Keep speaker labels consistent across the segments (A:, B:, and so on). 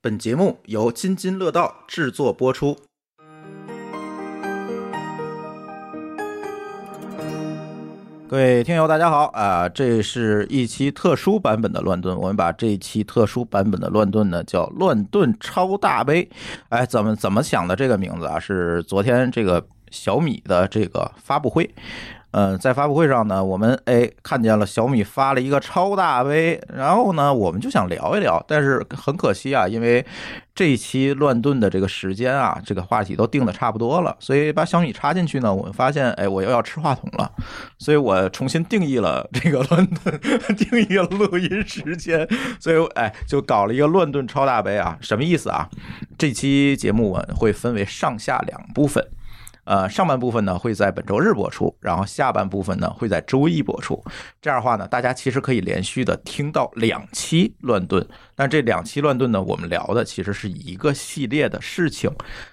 A: 本节目由津津乐道制作播出。各位听友，大家好啊、这是一期特殊版本的乱炖，我们把这一期特殊版本的乱炖呢叫“乱炖超大杯”。哎，怎么怎么想的这个名字啊？是昨天这个小米的这个发布会。呃，在发布会上呢，我们哎看见了小米发了一个超大杯，然后呢，我们就想聊一聊，但是很可惜啊，因为这一期乱炖的这个时间啊，这个话题都定的差不多了，所以把小米插进去呢，我们发现哎，我又要吃话筒了，所以我重新定义了这个乱炖， 定义了录音时间，所以我哎就搞了一个乱炖超大杯啊，什么意思啊？这期节目我会分为上下两部分。呃，上半部分呢会在本周日播出，然后下半部分呢会在周一播出。这样的话呢，大家其实可以连续的听到两期乱炖。但这两期乱炖呢，我们聊的其实是一个系列的事情。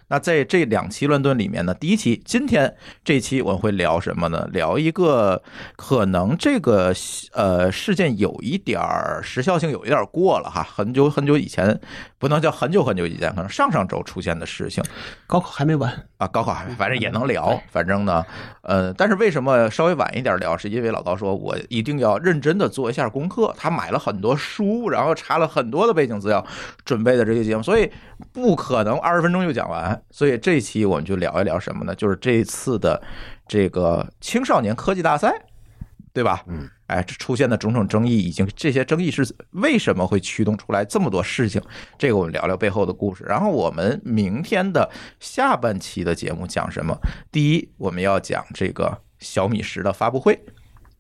A: 那在这两期乱炖里面呢，第一期今天这期我会聊什么呢？聊一个可能这个呃事件有一点儿时效性有一点儿过了哈，很久很久以前，不能叫很久很久以前，可能上上周出现的事情。
B: 高考还没完，
A: 啊，高考还反正也能聊，反正呢，呃，但是为什么稍微晚一点聊？是因为老高说我一定要认真的做一下功课，他买了很多书，然后查了很多的背景资料，准备的这些节目，所以不可能二十分钟就讲完。所以这一期我们就聊一聊什么呢？就是这次的这个青少年科技大赛，对吧？嗯，哎，这出现的种种争议，已经这些争议是为什么会驱动出来这么多事情？这个我们聊聊背后的故事。然后我们明天的下半期的节目讲什么？第一，我们要讲这个小米十的发布会，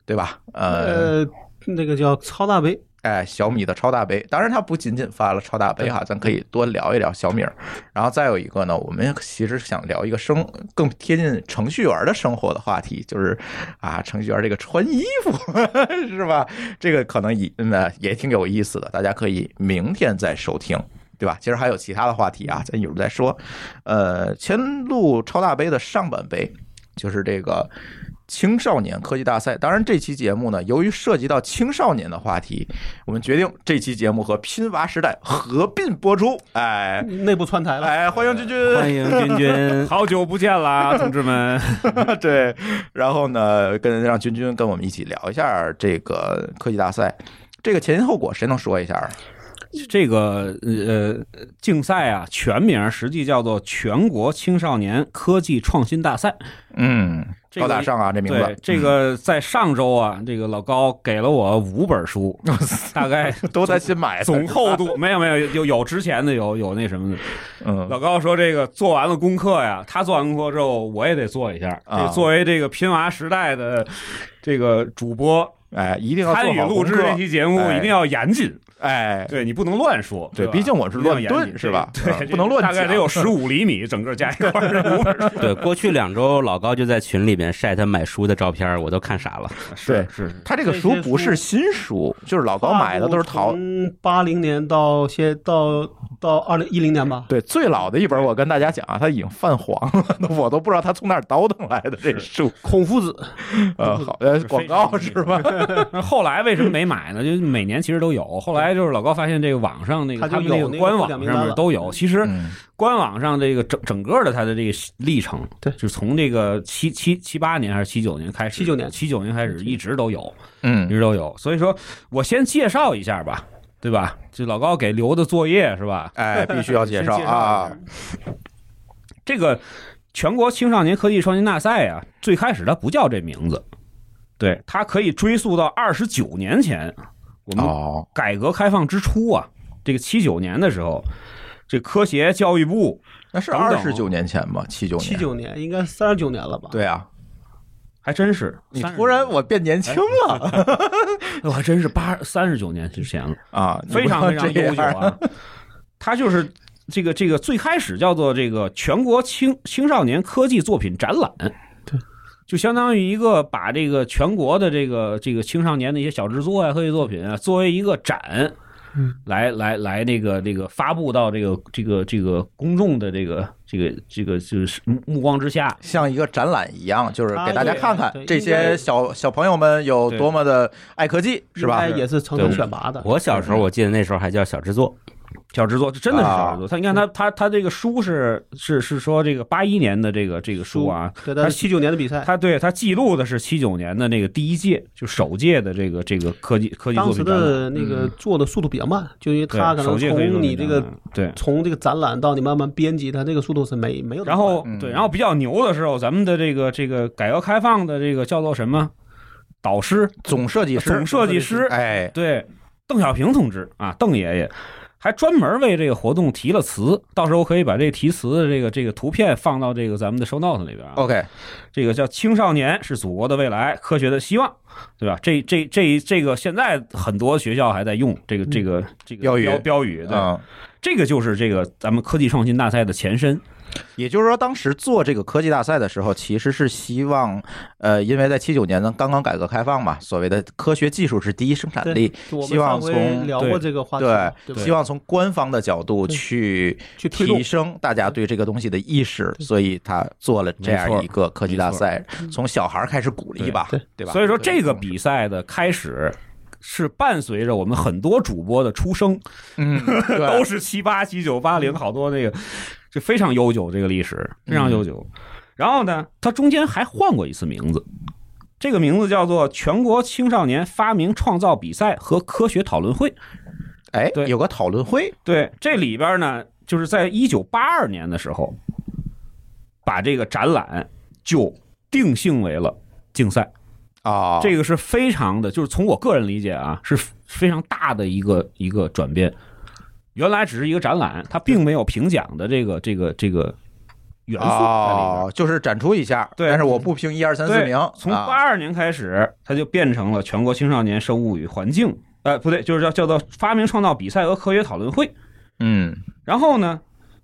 A: 对吧？呃，
B: 呃，那个叫超大杯，
A: 哎，小米的超大杯，当然它不仅仅发了超大杯哈，咱可以多聊一聊小米儿。然后再有一个呢，我们其实想聊一个生更贴近程序员的生活的话题，就是啊，程序员这个穿衣服 是吧？这个可能也那也挺有意思的，大家可以明天再收听。对吧？其实还有其他的话题啊，咱一会儿再说。呃，先录超大杯的上半杯，就是这个青少年科技大赛。当然，这期节目呢，由于涉及到青少年的话题，我们决定这期节目和《拼娃时代》合并播出。哎
B: 内部窜台 了。
A: 哎，欢迎君君，
C: 欢迎君， 君
D: 好久不见 啦，同志们！
A: 对，然后呢，跟让君君跟我们一起聊一下这个科技大赛，这个前因后果谁能说一下？
D: 这个呃，竞赛啊，全名实际叫做全国青少年科技创新大赛。
A: 嗯，
D: 这
A: 高
D: 个
A: 大上啊，这名
D: 对
A: 字，，
D: 这个在上周啊，这个老高给了我五 本书，大概
A: 都在新买的，
D: 总厚度没有没有有有之前的有有那什么的。
A: 哎嗯
D: 老高说这个做完了功课呀，他做完功课之后，我也得做一下。
A: 啊
D: 这作为这个拼娃时代的这个主播，
A: 哎，一定要做
D: 参与
A: 好
D: 录制
A: 功课
D: 这期节目
A: 哎
D: 一定要严谨。
A: 哎，
D: 对你不能乱说，
A: 对
D: 吧
A: 毕竟我是乱
D: 一定
A: 炖
D: 要严谨
A: 是吧
D: 对
A: 嗯，
D: 这
A: 不能乱
D: 大概
A: 讲
D: 得有十五厘米，整个加一块儿这五本书
C: 对，过去两周老高就在群里边晒他买书的照片，我都看傻 了。
A: 对
D: 是是
A: 他这个书不是新书，就是老高买的都是淘。
B: 八零年到现到到二零一零年吧，
A: 对，最老的一本，我跟大家讲啊，它已经泛黄了， 我都不知道它从哪儿倒腾来的这书。
B: 孔夫子
A: 呃，好 的，
D: 是
A: 广告是吧？
D: 那 后来为什么没买呢？就每年其实都有。后来就是老高发现这个网上那个
B: 他就
D: 他们那
B: 有
D: 个
B: 那个
D: 官网
B: 数量
D: 上
B: 名单
D: 面
B: 了
D: 都有。其实
A: 嗯
D: 官网上这个整整个的它的这个历程，
B: 对
D: 就是从这个七七七八年还是七九年开始，
B: 79年
D: 七九年开始一直都有，一
A: 嗯
D: 直都有。所以说我先介绍一下吧，对吧？这老高给留的作业是吧？
A: 哎，必须要 介绍
B: 先介绍一
A: 啊
B: 下！
D: 这个全国青少年科技创新大赛啊，最开始它不叫这名字，对，它可以追溯到二十九年前，我们
A: 哦，
D: 改革开放之初啊，这个七九年的时候，这科协、教育部
A: 那是
D: 等等
A: 二
D: 哦
A: 十九年前吧？七九
B: 七
A: 年。
B: 九年，应该三十九年了吧？，
A: 对啊，
D: 还真是，
A: 你
D: 30
A: 突然我变年轻了
D: 我还真是八三十九年之前了，
A: 啊！你不
D: 非常
A: 要
D: 非常
A: 这
D: 悠久
A: 样
D: 啊。它就是这个这个最开始叫做这个全国青青少年科技作品展览，对，就相当于一个把这个全国的这个这个青少年的一些小制作呀、科技作品啊，作为一个展。来来来，那个这个发布到这个这个这个公众的这个这个这个就是目目光之下，
A: 像一个展览一样，就是给大家
B: 啊对
A: 看看
B: 对
A: 这
B: 应
A: 些
B: 该
A: 小小朋友们有
D: 对
A: 多么的爱科技，是吧？
B: 也是层
C: 对
B: 层选拔的。
C: 我小时候我记得那时候还叫小制作，
D: 嗯小制作，这真的是小制作。
A: 啊
D: 他你看他他他这个书是是是说这个八一年的这个这个书啊，
B: 对，但是七九年的比赛，
D: 他对他记录的是七九年的那个第一届就首届的这个这个科技科技作
B: 当时
D: 品展览。
A: 嗯
B: 的那个做的速度比较慢，就因为
D: 对
B: 他可能
D: 首届科技作
B: 从
D: 品
B: 你这
D: 展
B: 个
D: 览对，
B: 从这个展览到你慢慢编辑，它这个速度是没没有那
D: 然
B: 么快的。
D: 后
A: 嗯
D: 对，然后比较牛的时候，咱们的这个这个改革开放的这个叫做什么导师，
A: 总设计师，
D: 总设计师
A: 哎，
D: 对，邓小平同志啊，邓爷爷还专门为这个活动提了词，到时候可以把这题词的这个这个图片放到这个咱们的 show note 里边啊。
A: OK，
D: 这个叫“青少年是祖国的未来，科学的希望”，对吧？这这这这个现在很多学校还在用这个这个这个
A: 嗯标语
D: 标标语，对，
A: 嗯，
D: 这个就是这个咱们科技创新大赛的前身。
A: 也就是说，当时做这个科技大赛的时候，其实是希望，呃，因为在七九年呢，刚刚改革开放嘛，所谓的科学技术是第一生产力，
B: 我们
A: 希望
B: 上回
A: 从
B: 聊过这个话题
A: 对
B: 嘛，对吧
A: 希望从官方的角度
B: 对
A: 去
B: 去推动
A: 提升大家对这个东西的意识，
B: 对
A: 所以他做了这
D: 没错
A: 样一个科技大赛
B: 错，嗯
A: 从小孩开始鼓励吧，
B: 对对
A: 对吧？
D: 所以说，这个比赛的开始是伴随着我们很多主播的出生，
A: 嗯， 对
D: 都是七八、七九、八零，好多那个，就非常悠久这个历史，非常悠久。然后呢，它中间还换过一次名字，这个名字叫做全国青少年发明创造比赛和科学讨论会。
A: 哎
D: 对，
A: 有个讨论会，
D: 对，这里边呢，就是在一九八二年的时候，把这个展览就定性为了竞赛。
A: 啊，
D: 这个是非常的，就是从我个人理解啊，是非常大的一个一个转变。原来只是一个展览，它并没有评奖的这个这个这个元素在里边。
A: 哦，就是展出一下，
D: 对
A: 但是我不评一二三四
D: 对
A: 名，
D: 从
A: 啊
D: 八二年开始，它就变成了全国青少年生物与环境，呃，不对，就是叫叫做发明创造比赛和科学讨论会。
A: 嗯，
D: 然后呢，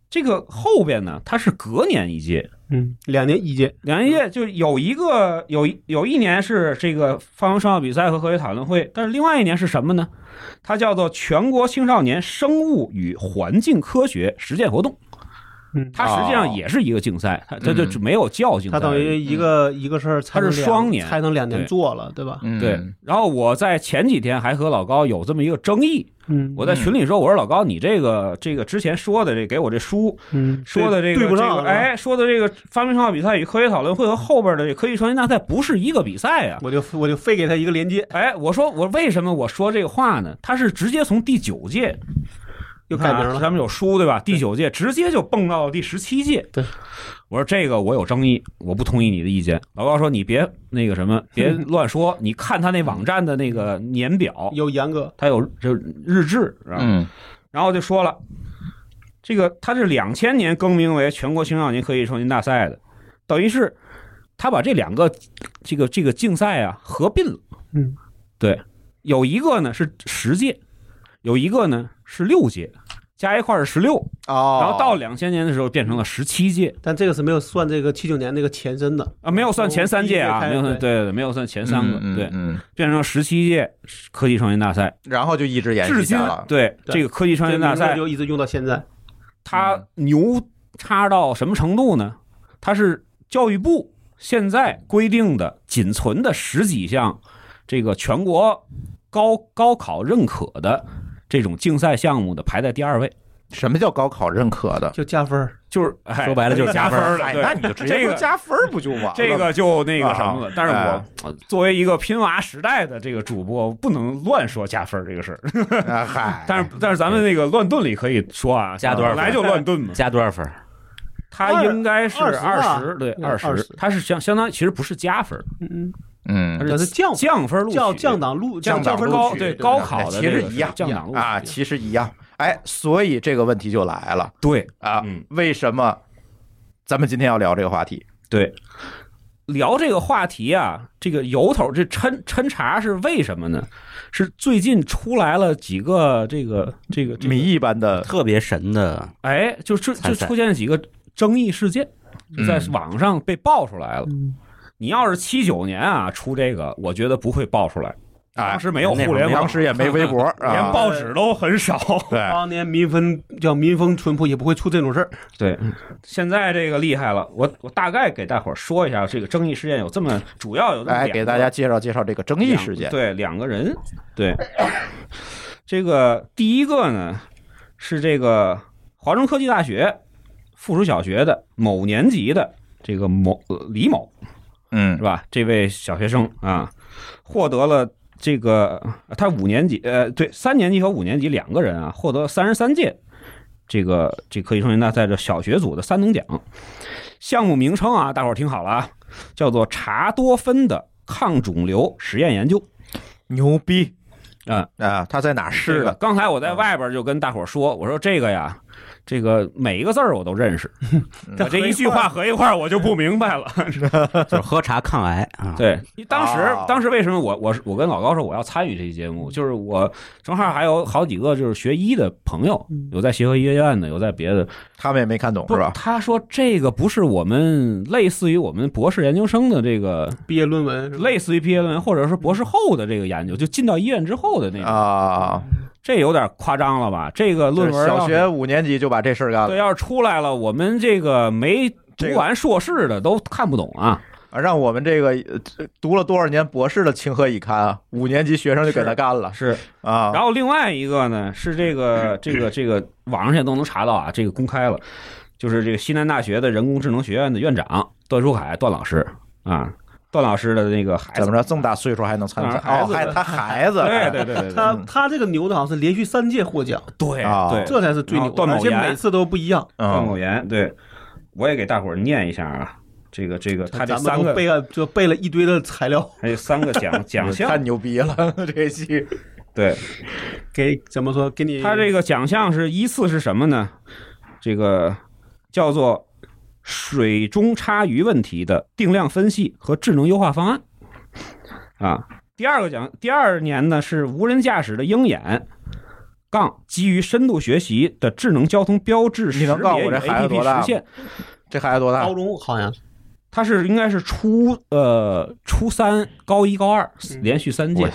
D: 这个后边呢，它是隔年一届，
B: 嗯，两年一届，
D: 两届就有一个有一有一年是这个发明创造比赛和科学讨论会，但是另外一年是什么呢？它叫做全国青少年生物与环境科学实践活动。
B: 嗯
D: 它实际上也是一个竞赛，它它就只没有叫竞赛
B: 他
D: 而
B: 等
D: 已。
B: 于一个一个事儿才
D: 嗯它
B: 能
D: 是
B: 两，
D: 双年
B: 才能两年
D: 对
B: 做了，对吧？
A: 嗯
D: 对，然后我在前几天还和老高有这么一个争议，
B: 嗯，
D: 我在群里说，我说老高，你这个这个之前说的这给我这书
B: 嗯
D: 说的这个
B: 对不上
D: 这，个
B: 是吧，
D: 哎，说的这个发明创造比赛与科学讨论会和后边的这科技创新大赛不是一个比赛啊。
B: 我就我就非给他一个连接，
D: 哎，我说我为什么我说这个话呢？他是直接从第九届
B: 又改名
D: 你看啊
B: 了。
D: 咱们有书对吧？第九届直接就蹦到了第十七届。
B: 对，
D: 我说这个我有争议，我不同意你的意见。老高说你别那个什么，别乱说。你看他那网站的那个年表，
B: 有严格，
D: 他有就是日志，是吧
A: 嗯
D: 然后就说了，这个他是两千年更名为全国青少年科技创新大赛的，等于是他把这两个这个这个竞赛啊合并了。
B: 嗯，
D: 对，有一个呢是十届，有一个呢是六届，加一块儿是十六，
A: 哦，
D: 然后到两千年的时候变成了十七届
B: 但这个是没有算这个七九年那个前身的。
D: 啊，没有算前三届啊，
B: 哦从第一届开
D: 没
B: 始
D: 有算对对对，没有算前三个，
A: 嗯嗯
D: 对，
A: 嗯，
D: 变成十七届科技创新大赛，
A: 然后就一直延
D: 至
A: 续
D: 今
A: 下了，
D: 对
B: 对
D: 这个科技创
B: 这
D: 新
B: 名
D: 大
B: 字
D: 赛
B: 就一直用到现在。
D: 它
C: 嗯
D: 牛叉到什么程度呢？它是教育部现在规定的仅存的十几项这个全国高高考认可的这种竞赛项目的排在第二位，
A: 什么叫高考认可的？
B: 就加分儿，
D: 就是、哎
C: 说白了就是
D: 加
C: 加
D: 分
C: 分
D: 儿了。
A: 哎
D: 对
A: 那你就直接
D: 这
A: 说
D: 个
A: 加分儿不就完了？
D: 这个就那个什么了
A: 啊，
D: 但是
A: 哎
D: 我呃作为一个拼娃时代的这个主播，我不能乱说加分儿这个事儿。
A: 啊嗨，
D: 但是但是咱们那个乱炖里可以说啊，
C: 加多少分
D: 本来就乱炖嘛，
C: 加多少分？
D: 它应该是
B: 二二十吧
D: 十，对，
B: 嗯
D: 二十
B: 20，
D: 它是相相当于其实不是加分儿，
B: 嗯，
A: 嗯
D: 它
B: 但是降
D: 降分儿录取，哎
B: 降降档录
D: 降
A: 档
B: 降分
A: 录
B: 高
D: 高，
A: 取
D: 对
A: 对
D: 高
A: 吧
D: 考的
A: 其
D: 这
A: 实
D: 个
A: 一样
D: 降档录取
A: 啊，其实一样，哎，所以这个问题就来了
D: 对
A: 啊
D: 嗯，
A: 为什么咱们今天要聊这个话题？
D: 对。聊这个话题啊，这个由头这抻抻茬是为什么呢？是最近出来了几个这个这个这个
A: 谜一般的
C: 特别神的，
D: 哎，就出就
C: 参赛
D: 出现了几个争议事件，
A: 嗯
D: 在网上被爆出来了。
B: 嗯
D: 你要是七九年啊出这个，我觉得不会爆出来。
A: 哎
D: 当时没有
C: 那会
D: 互
C: 儿
D: 联
C: 没有
D: 网
A: 当，时也没 微博，
D: 连
A: 啊，
D: 报纸都很少。
A: 对，
B: 当年民风叫民风淳朴，也不会出这种事儿。
D: 对，现在这个厉害了，我我大概给大伙儿说一下这个争议事件有这么主要有这么
A: 来
D: 两个
A: 给大家介绍介绍这个争议事件。
D: 对，两个人，对，这个第一个呢是这个华中科技大学附属小学的某年级的这个某、呃李某
A: 嗯
D: 是吧？这位小学生啊，获得了这个他五年级呃，对，三年级和五年级两个人啊，获得三十三届这个这科技创新大赛的小学组的三等奖。项目名称啊，大伙儿听好了啊，叫做查多芬的抗肿瘤实验研究。
A: 牛逼
D: 啊
A: 啊！他在哪儿试
D: 这个啊
A: 的？
D: 刚才我在外边就跟大伙儿说，我说这个呀，这个每一个字儿我都认识，我 这一句话合一块儿我就不明白了。
C: 就是喝茶抗癌 啊。，
D: 对，啊你 当时、
A: 哦
D: 当时为什么我我是我跟老高说我要参与这期节目，就是我正好还有好几个就是学医的朋友，有在协和医学院的，有在别的，
A: 他们也没看懂
D: 不
A: 是吧？
D: 他说这个不是我们类似于我们博士研究生的这个
B: 毕业论文是吧
D: 类似于毕业论文或者是博士后的这个研究，就进到医院之后的那种，
A: 啊，
D: 这有点夸张了吧？这个论
A: 就是
D: 文
A: 小
D: 要是
A: 学五年级就把这事儿干了
D: 对，要是出来了，我们这个没
A: 啊这
D: 读
A: 个
D: 完硕士的都看不懂啊。
A: 啊让我们这个呃读了多少年博士的情何以堪啊！五年级学生就给他干了
D: 是，
A: 啊！
D: 然后另外一个呢是 这个这个这个网上现在都能查到啊，这个公开了，就是这个西南大学的人工智能学院的院长段书海段老师啊，段老师的那个孩
A: 怎
D: 子
A: 么，着，这么大岁数还能参赛？
D: 啊孩
A: 哦，
D: 子
A: 还他孩子，哎
D: 对对对嗯对对
B: 他他这个牛的好像是连续三届获奖，
D: 对
A: 啊
D: 对，
B: 这才是最牛
D: 然后段
B: 的，
D: 某
B: 而且
D: 言
B: 每次都不一样。
D: 段
A: 嗯
D: 某言，对，我也给大伙儿念一下啊，这个这个他
B: 咱
D: 这
B: 们
D: 三
B: 都
D: 个
B: 背了就背了一堆的材料，
D: 还有三个 奖奖
A: 太
D: 项，
A: 牛逼了，这一期
D: 对，
B: 给怎么说？给你
D: 他这个奖项是依次是什么呢？这个叫做水中差余问题的定量分析和智能优化方案啊。第二个奖，第二年呢是无人驾驶的鹰眼。杠基于深度学习的智能交通标志
A: 你
D: 识
A: 能
D: 别
A: 告诉
D: 与
A: 我这孩子多大
D: APP
A: 吗
D: 实现，
A: 这孩子多大
D: 啊
B: 高？中好像
D: 他是应该是初呃初三、高一、高二
B: 嗯
D: 连续三
A: 我
D: 届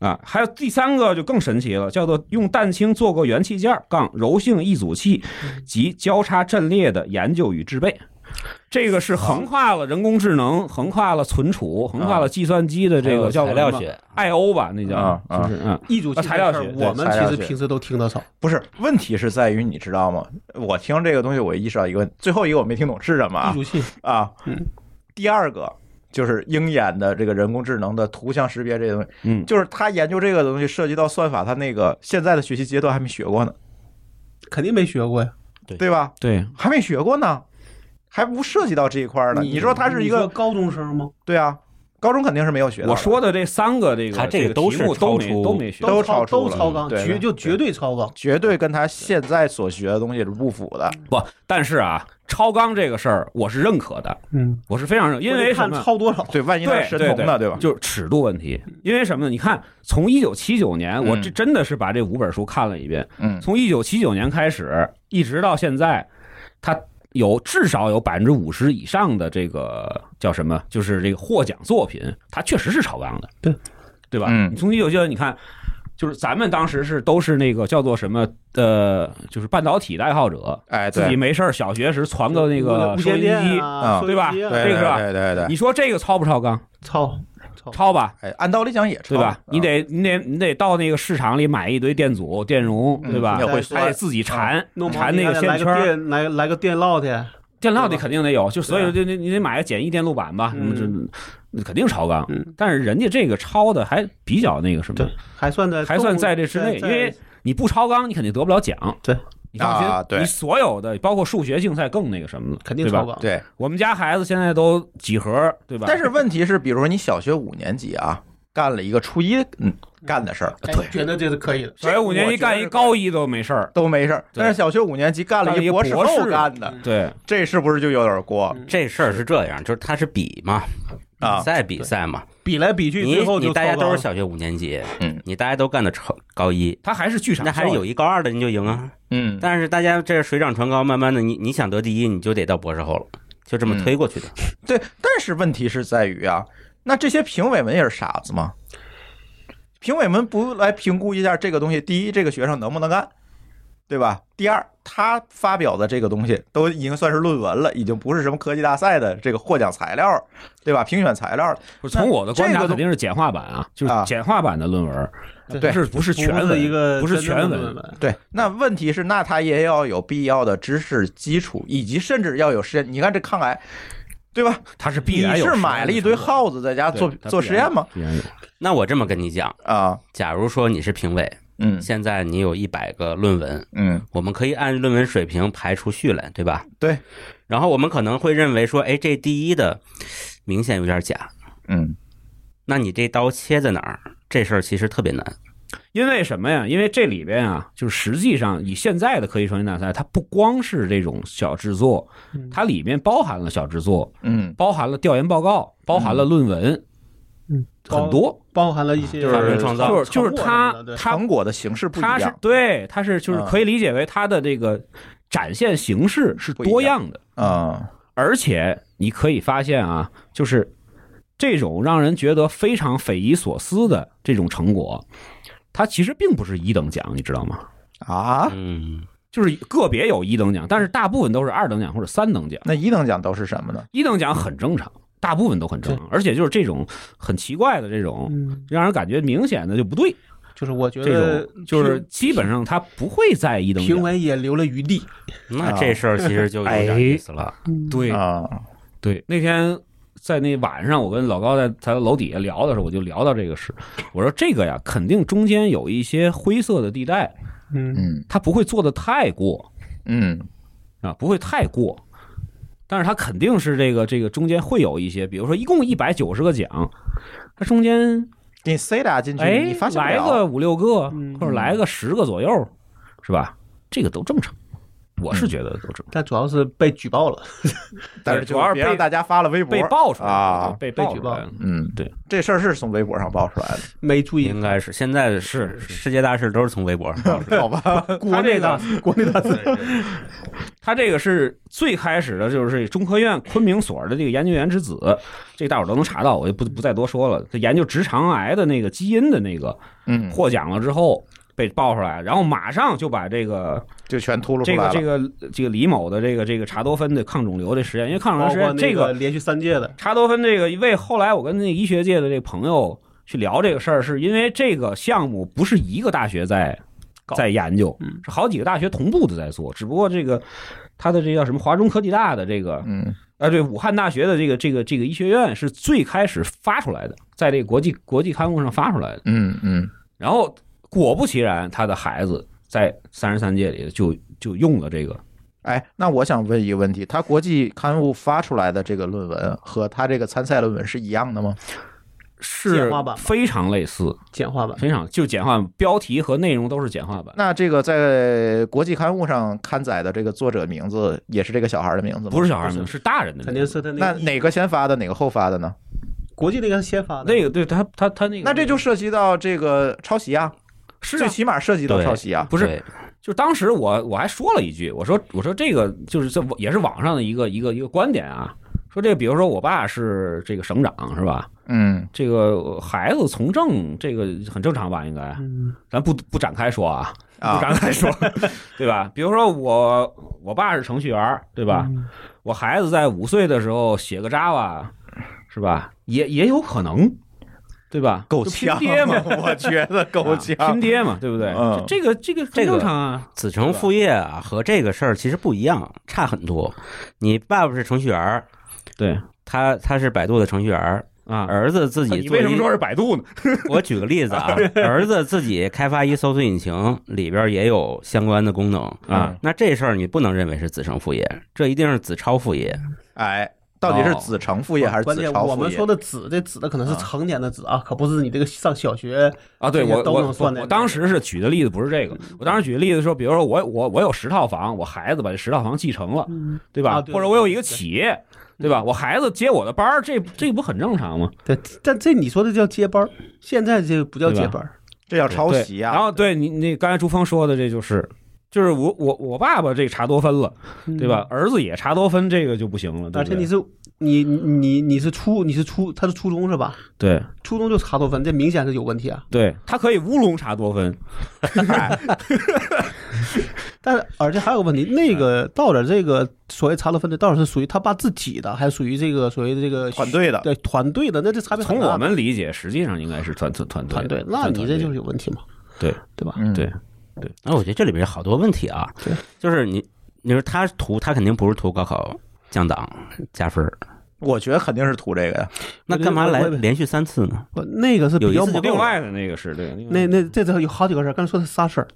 D: 啊，还有第三个就更神奇了，叫做用蛋清做过元器件儿杠柔性易组器及交叉阵列的研究与制备。这个是横跨了人工智能，横跨了存储，横跨了计算机的这个叫
C: 材料
D: 什么
C: 学，
D: I O 吧，那叫
A: 啊啊
D: 就是嗯，
B: 易主
D: 材料学
B: 我
A: 对
B: 们
A: 材料
B: 其
A: 学
B: 实平时都听得少，
A: 不是，问题是在于你知道吗？我听这个东西，我意识到一个问，最后一个我没听懂是什么
B: 易
A: 啊
B: 主器
A: 啊
B: 嗯！
A: 第二个就是鹰眼的这个人工智能的图像识别这些东西，
D: 嗯
A: 就是他研究这个东西涉及到算法，他那个现在的学习阶段还没学过呢，
B: 肯定没学过呀。
A: 对吧？
D: 对，
A: 还没学过呢，还不涉及到这一块儿呢。你说他是一
B: 你说
A: 个
B: 高中生吗？
A: 对啊，高中肯定是没有学到的。
D: 我说的这三个这个
C: 他这个都是
D: 题目都没
C: 超出
D: 都没学，
A: 都超
B: 超
A: 出
B: 都
A: 了
B: 超纲，
A: 对
B: 绝就绝对超纲。
A: 绝
D: 嗯
A: 对跟他现在所学的东西是不符的。
D: 不，但是啊，超纲这个事儿我是认可的，
B: 嗯，
D: 我是非常认，因为什
B: 看
D: 么？
B: 超多少，
A: 对，万一他
D: 对
A: 是神童呢，
D: 对
A: 对吧？
D: 就是尺度问题，因为什么呢？你看，从一九七九年，我
A: 嗯
D: 这真的是把这五本书看了一遍。
A: 嗯，
D: 从一九七九年开始，一直到现在，它有至少有百分之五十以上的这个叫什么？就是这个获奖作品，它确实是超纲的，
B: 对
D: 对吧？
A: 嗯
D: 你从一九七九，你看。就是咱们当时是都是那个叫做什么呃，就是半导体的爱好者，
A: 哎，
D: 自己
A: 对，
D: 没事儿小学时传个那个
B: 无
D: 收
B: 线
D: 音
B: 电
A: 嗯
D: 机，
B: 啊，收音
D: 对吧
B: 机啊
A: 对
D: 这个是吧
A: 对对对对。
D: 你说这个超不超纲？
B: 超超
D: 超吧，
A: 哎，按道理讲也超
D: 对吧？你
A: 啊
D: 得你得你得到那个市场里买一堆电阻、电容，
A: 嗯
D: 对吧
A: 也？
B: 会
D: 还得
A: 酸
D: 自己缠
B: 弄毛
D: 缠
B: 笔
D: 那
B: 还
D: 个
B: 得
D: 线
B: 来
D: 圈
B: 个
D: 儿，
B: 电来来个电烙去，
D: 电烙
B: 对
D: 你
B: 吧
D: 肯定得有，就所以
B: 对啊
D: 就你你得买个简易电路板吧，
B: 嗯
D: 什么这肯定超纲
B: 嗯。
D: 但是人家这个超的还比较那个什么
B: 对，还算在
D: 还算在这之内，因为你不超纲，你肯定得不了奖。
B: 对。
D: 你放心，
A: 啊对
D: 你所有的包括数学竞赛更那个什么了，
B: 肯定
D: 对吧
B: 超。纲。
A: 对。
D: 我们家孩子现在都几何，对吧？
A: 但是问题是，比如说你小学五年级啊，干了一个初一嗯干的事儿，
B: 哎，觉得这是可以的。
D: 小学五年
A: 这我觉
D: 级
A: 得
D: 干
A: 是
D: 一高一都没事儿，
A: 都没事儿。
D: 对
A: 但是小学五年级干了
D: 干了一
A: 一博士
D: 博
A: 后
D: 士嗯
A: 干的，
D: 对，
A: 这是不是就有点过
B: 嗯
C: 这事儿是这样，就是它是比嘛，
D: 嗯
A: 啊
C: 比赛比赛嘛，
B: 比来比去，
C: 你
B: 最后就
C: 你大家
B: 超纲
C: 都
B: 了
C: 是小学五年级，
A: 嗯，
C: 你大家都干的超高一，
D: 他还是剧场
C: 那还是
D: 效
C: 有一高二的你就赢啊。
A: 嗯，
C: 但是大家这水涨船高，慢慢的你你想得第一，你就得到博士后了，就这么
B: 嗯
C: 推过去的。
A: 对。但是问题是在于啊，那这些评委们也是傻子吗？评委们不来评估一下这个东西，第一，这个学生能不能干，对吧？第二，他发表的这个东西都已经算是论文了，已经不是什么科技大赛的这个获奖材料了，对吧？评选材料了，
D: 不是从我的观
A: 这
D: 察
A: 个
D: 肯定是简化版啊，就是
A: 啊
D: 简化版的论文，
A: 对
D: 不是不是全
B: 的
D: 文
B: 一个
D: 不是
B: 真正
D: 全
B: 的
D: 文，
B: 文，
A: 对，那问题是，那他也要有必要的知识基础，以及甚至要有实验。你看这抗癌，对吧？
D: 它是必
A: 你
D: 然有
A: 是
D: 实验
A: 买了一堆
D: 成果
A: 耗子在家
D: 对
A: 做
D: 它必
A: 做实验吗？
D: 必然有
C: 那我这么跟你讲，
A: 啊，
C: 假如说你是评委，
A: 嗯
C: 现在你有一百个论文，
A: 嗯，
C: 我们可以按论文水平排除序来，对吧？
A: 对。
C: 然后我们可能会认为说，哎，这第一的明显有点假，
A: 嗯，
C: 那你这刀切在哪儿？这事儿其实特别难。
D: 因为什么呀？因为这里边啊，就是实际上以现在的科技创新大赛，它不光是这种小制作，它里面包含了小制作，
A: 嗯，
D: 包含了调研报告，包含了论文，
B: 嗯，
D: 很多。
B: 包含了一些
A: 就是发明
C: 创造
D: 就是就是它
B: 成果什么的对
D: 它
A: 成果的形式不一
D: 它是
A: 样
D: 对，它是就是
A: 嗯
D: 可以理解为它的这个展现形式是
A: 不一样
D: 多样的，
A: 啊，
D: 而且你可以发现啊，就是这种让人觉得非常匪夷所思的这种成果，它其实并不是一等奖，你知道吗？
A: 啊，
C: 嗯，
D: 就是个别有一等奖，但是大部分都是二等奖或者三等奖。
A: 那一等奖都是什么呢？
D: 一等奖很正常，大部分都很正常，而且就是这种很奇怪的这种，
B: 嗯，
D: 让人感觉明显的就不对。
B: 就是我觉
D: 这
B: 得
D: 种就是基本上他不会在一等
B: 评
D: 奖。
B: 委也留了余地，
C: 那这事儿其实就有点意思了。
D: 对
A: 啊，
D: 对，那天在那晚上，我跟老高在在楼底下聊的时候，我就聊到这个事。我说这个呀，肯定中间有一些灰色的地带，
B: 嗯，
A: 嗯
D: 他不会做的太过，
A: 嗯
D: 啊，不会太过，但是它肯定是这个这个中间会有一些，比如说一共一百九十个奖，它中间
A: 给你塞俩进去，
D: 哎
A: 你发现不
D: 来
A: 了
D: 个五六个，
B: 嗯
D: 或者来个十个左右，是吧？这个都正常，我是觉得都正常。
B: 但主要是被举报了，
A: 但是就
D: 主要是
A: 别让
D: 被
A: 大家发了微博
D: 被爆出来
A: 啊，
D: 被
B: 被
D: 爆
B: 举
D: 出来
B: 报
D: 了
A: 嗯，
D: 对，
A: 这事儿是从微博上爆出来
B: 没注意
C: 应，该是现在是世界大事都是从微博上爆出来
A: 的，好 吧？
B: 国内的国内 的
C: 的。
D: 他这个是最开始的，就是中科院昆明所的这个研究员之子，这大伙儿都能查到，我就不不再多说了。他研究直肠癌的那个基因的那个
A: 嗯，
D: 获奖了之后被爆出来，然后马上就把这个
A: 就全秃噜出
D: 这
A: 来
D: 个
A: 了。
D: 这个这个李某的这个这个查多酚的抗肿瘤的实验，因为抗肿瘤
B: 包
D: 实
B: 括
D: 验
B: 那
D: 这
B: 个
D: 个
B: 连续三届的，
D: 查多酚这个，因为后来我跟那医学界的这个朋友去聊这个事儿，是因为这个项目不是一个大学在
B: 搞
D: 在研究
B: 嗯，
D: 是好几个大学同步的在做，只不过这个他的这叫什么华中科技大的这个
A: 嗯
D: 啊，对，武汉大学的这个这个这个医学院是最开始发出来的，在这个国际国际刊物上发出来的，
A: 嗯嗯，
D: 然后果不其然，他的孩子在三十三届里就就用了这个。
A: 哎，那我想问一个问题：他国际刊物发出来的这个论文和他这个参赛论文是一样的吗？
D: 是
B: 简化版吧
D: 非常类似，
B: 简化版，
D: 非常就简化标题和内容都是简化版，
A: 那这个在国际刊物上刊载的这个作者名字也是这个小孩的名字吗？
D: 不是小孩名，是大人的名字，
B: 肯定是他
A: 那
B: 个
A: 哪个先发的，哪个后发的呢？
B: 国际那个是先发的，嗯
D: 那个对他他他那个，
A: 那这就涉及到这个抄袭啊，
D: 是啊
A: 最起码涉及到
C: 对
A: 抄袭啊。
D: 不是
C: 对
D: 就当时我我还说了一句，我说我说这个就是这也是网上的一个一个一个观点啊，说这个比如说我爸是这个省长是吧？
A: 嗯
D: 这个孩子从政这个很正常吧？应该
B: 嗯，
D: 咱不不展开说啊，不
A: 啊，
D: 展开说，对吧？比如说我我爸是程序员儿，对吧？
B: 嗯
D: 我孩子在五岁的时候写个 Java，是吧？也也有可能，对吧？
A: 够
D: 就
A: 呛，
D: 拼爹嘛，
A: 我觉得够
D: 啊拼
A: 呛。
D: 爹嘛，对不对？
A: 嗯
D: 这这个这个很
C: 这个
D: 正常啊。
C: 子承父业啊，和这个事儿其实不一样，差很多。你爸爸是程序员儿，
D: 对
C: 他他是百度的程序员儿，
D: 啊，
C: 儿子自己
D: 你
C: 做
D: 为什
C: 一
D: 么说 是百度呢？
C: 我举个例子啊，儿子自己开发一搜索引擎，里边也有相关的功能
A: 啊。
C: 那这事儿你不能认为是子承父业，这一定是子超父业。
A: 哎，到底是
D: 哦
A: 子承父业还是
B: 关
A: 子
B: 键
A: 朝
B: 我
A: 父
B: 们
A: 业
B: 说？的“子”这“子”的可能是成年的“子”啊，可不是你这个上小学
D: 啊，对
B: 这些
D: 我
B: 都
D: 我
B: 能算在嗯
D: 我
B: 内
D: 当时是举的例子不是这个，我当时举的例子说，比如说我我我有十套房，我孩子把这十套房继承了，对吧？
B: 啊对嗯
D: 或者我有一个企业，对吧？我孩子接我的班儿，这这不很正常吗？
B: 对，但这你说的叫接班儿，现在这不叫
D: 对吧
B: 接班儿，
A: 这叫抄
D: 对
A: 袭啊！
D: 然后对你那刚才朱峰说的，这就是就是我我我爸爸这查多酚了。对吧？？儿子也查多酚，这个就不行了，对
B: 而
D: 不
B: 且
D: 对
B: 嗯啊你是你你你你是初你是初他是初中是吧？
D: 对
B: 初中就查多酚，这明显是有问题啊！
D: 对，他可以乌龙查多酚，
A: 哎
B: 但是而且还有个问
D: 哎
B: 题，那个道尔这个所谓查德芬的道尔是属于他爸自己的，还是属于这个所谓的这个
A: 团队的，
B: 对团队的？那这差别很
D: 从
B: 大
D: 我们理解，实际上应该是团团团队
B: 团队
D: 的，
B: 那
D: 团
B: 你
D: 团
B: 这
D: 队
B: 就是有问题嘛？
D: 对
B: 对吧？
A: 嗯，
D: 对
C: 那我觉得这里边有好多问题啊
B: 对，
C: 就是你你说他图他肯定不是图高考降档加分儿，
A: 我觉得肯定是图这个呀。
C: 那干嘛来
B: 我我
C: 连续三次呢？
B: 不那个是比较
C: 有一次就
B: 猛
C: 够
D: 另
C: 了
D: 外的那个是对，另外
B: 那那这这有好几个事儿，刚才说的仨事儿，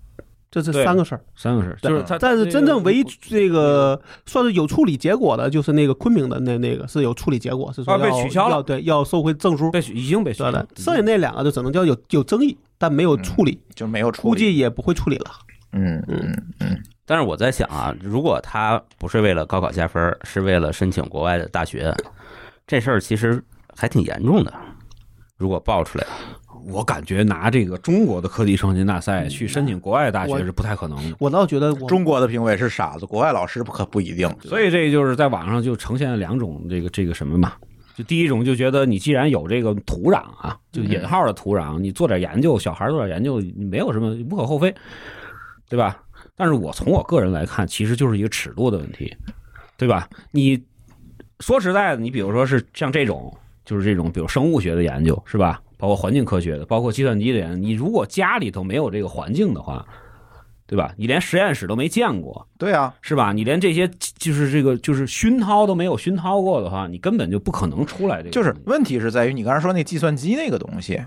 B: 这是
D: 对
B: 三个事儿。
D: 三个是，
B: 对
D: 就是他，
B: 但是
D: 那个
B: 真正唯一这个算是有处理结果的，就是那个昆明的那那个是有处理结果，是说
D: 啊被
B: 要
D: 取消了
B: 要对，要收回证书。
D: 被取已经被取消
B: 对
D: 了嗯
B: 的，，剩下那两个就只能叫有有争议，但没有处理，
A: 就没有出
B: 估计也不会处理了。
A: 嗯嗯嗯，
C: 但是我在想啊，如果他不是为了高考加分儿，是为了申请国外的大学，这事儿其实还挺严重的。如果爆出来，
D: 我感觉拿这个中国的科技创新大赛去申请国外大学
B: 我
D: 是不太可能的，
B: 我倒觉得我
A: 中国的评委是傻子，国外老师可不一定。
D: 所以这就是在网上就呈现了两种这个这个什么嘛。就第一种就觉得你既然有这个土壤啊，就引号的土壤，你做点研究，小孩做点研究，你没有什么无可厚非，对吧？但是我从我个人来看，其实就是一个尺度的问题，对吧？你说实在的，你比如说是像这种，就是这种，比如生物学的研究，是吧？包括环境科学的，包括计算机的研究，你如果家里头没有这个环境的话，对吧？你连实验室都没见过，
A: 对啊，
D: 是吧？你连这些就是这个就是熏陶都没有熏陶过的话，你根本就不可能出来这个。
A: 就是问题是在于你刚才说那计算机那个东西，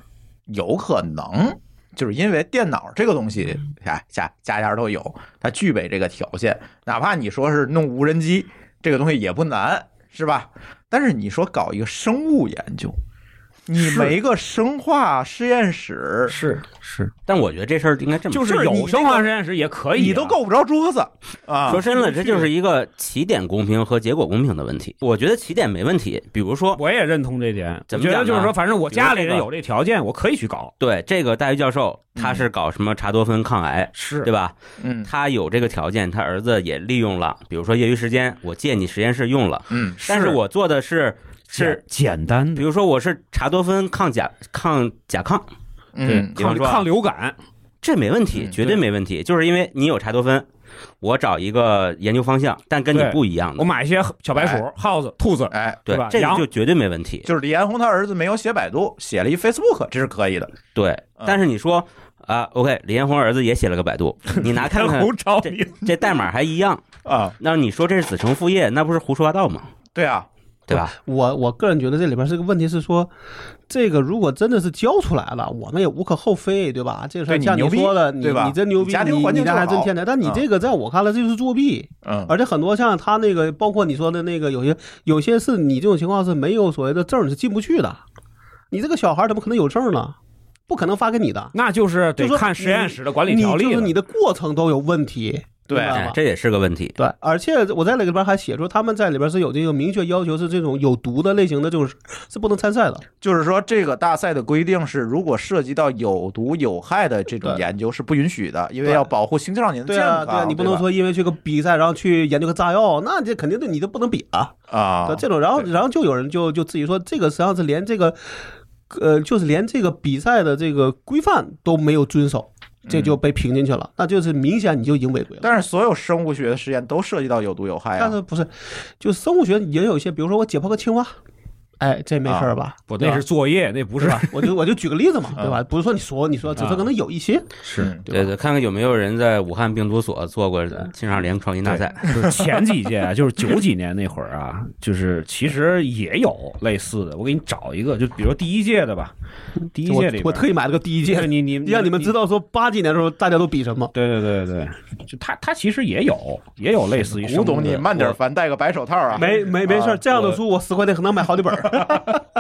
A: 有可能就是因为电脑这个东西，哎，家家家都有，它具备这个条件，哪怕你说是弄无人机，这个东西也不难，是吧？但是你说搞一个生物研究，你
D: 是
A: 没个生化实验室，
D: 是是，
C: 但我觉得这事儿应该这么
D: 就是
A: 就是你
D: 有生化实验室也可以、啊，
A: 你都够不着桌子啊
C: 说！深了，这就是一个起点公平和结果公平的问题。我觉得起点没问题，比如说，
D: 我也认同这点。
C: 怎么
D: 我觉
C: 讲
D: 得
C: 呢
D: 就是说，反正我家里
C: 比如
D: 人
C: 这个
D: 有这条件，我可以去搞。
C: 对这个大学教授他是搞什么查多酚抗癌，
D: 是
C: 对吧？
A: 嗯
C: 他有这个条件，他儿子也利用了，比如说业余时间我借你实验室用了，
A: 嗯
C: 但是我做的是是
D: 是，简单
C: 比
D: 的，
C: 如说我是查多酚抗甲抗甲亢，
A: 嗯，
C: 比方
D: 抗
C: 说啊
D: 抗流感，
C: 这没问题，
A: 嗯
C: 绝对没问题，就是因为你有查多酚，我找一个研究方向，但跟你
D: 对
C: 不一样
D: 我
C: 的，
D: 买一些小白鼠、耗子、兔子，
A: 哎，
C: 对
D: 对吧，
C: 这个
D: 羊
C: 就绝对没问题。
A: 就是李彦宏他儿子没有写百度，写了一 Facebook，这是可以的。
C: 对，
A: 嗯
C: 但是你说啊，OK，李彦宏儿子也写了个百度，你拿看看
D: 胡着
C: 这
D: 迷。
C: 这代码还一样，
A: 啊，
C: 那你说这是子承父业，那不是胡说八道吗？
A: 对啊，
C: 对吧？
B: 我我个人觉得这里边是个问题，是说这个如果真的是教出来了，我们也无可厚非，对吧？这个事
A: 对
B: 儿
A: 你
B: 像
A: 牛逼
B: 说的，你
A: 对吧
B: 你真牛逼，
A: 家庭
B: 你
A: 环境
B: 你那还
A: 就好
B: 真天才。但你
A: 嗯
B: 这个在我看来这就是作弊，
A: 嗯，
B: 而且很多像他那个，包括你说的那个，有些有些是你这种情况是没有所谓的证儿是进不去的，你这个小孩儿怎么可能有证儿呢？不可能发给你的，
D: 那就是得
B: 就说
D: 看实验室的管理条
B: 你
D: 例
B: 就是
D: 了。
B: 你的过程都有问题，
A: 对
B: 明白
C: 哎
B: 吗，
C: 这也是个问题。
B: 对，而且我在里边还写出他们在里边是有这个明确要求，是这种有毒的类型的这种是是不能参赛的。
A: 就是说这个大赛的规定是，如果涉及到有毒有害的这种
B: 对
A: 研究是不允许的，因为
B: 对
A: 要保护青少年的
B: 对
A: 健
B: 啊，
A: 康。
B: 对啊，你不能
A: 吧
B: 说因为去个比赛，然后去研究个炸药，那这肯定的你都不能比啊。
A: 啊
B: 对，这种，然后
A: 对
B: 然后就有人就就自己说，这个实际上是连这个，呃，就是连这个比赛的这个规范都没有遵守，这就被评进去了，那就是明显你就已经违规了。
A: 但是所有生物学的实验都涉及到有毒有害
B: 但
A: 啊。
B: 是不是，就生物学也有一些，比如说我解剖个青蛙，哎，这没事儿吧？
D: 不，
B: 对
D: 那
B: 吧
D: 是作业，那不
B: 不
D: 是
B: 是吧？我就我就举个例子嘛，对吧？不是说你说你说，只是可能有一些，
D: 是
A: 嗯
C: 对
B: 对吧
C: 对，看看有没有人在武汉病毒所做过青少年创新大赛。
D: 就是前几届啊，就是九几年那会儿啊，就是其实也有类似的。我给你找一个，就比如第一届的吧，第一
B: 我
D: 届里边
B: 我特意买了个第一届
D: 对， 你你
B: 让你们知
D: 道，
B: 道说八几年的时候大家都比什么。
D: 对对对对，就他他其实也有也有类似于
A: 古董，你慢点
D: 我。
A: 翻，戴个白手套啊。
B: 没没没事
A: 啊
B: 儿，这样的
A: 我
B: 书我十块钱可能买好几本儿。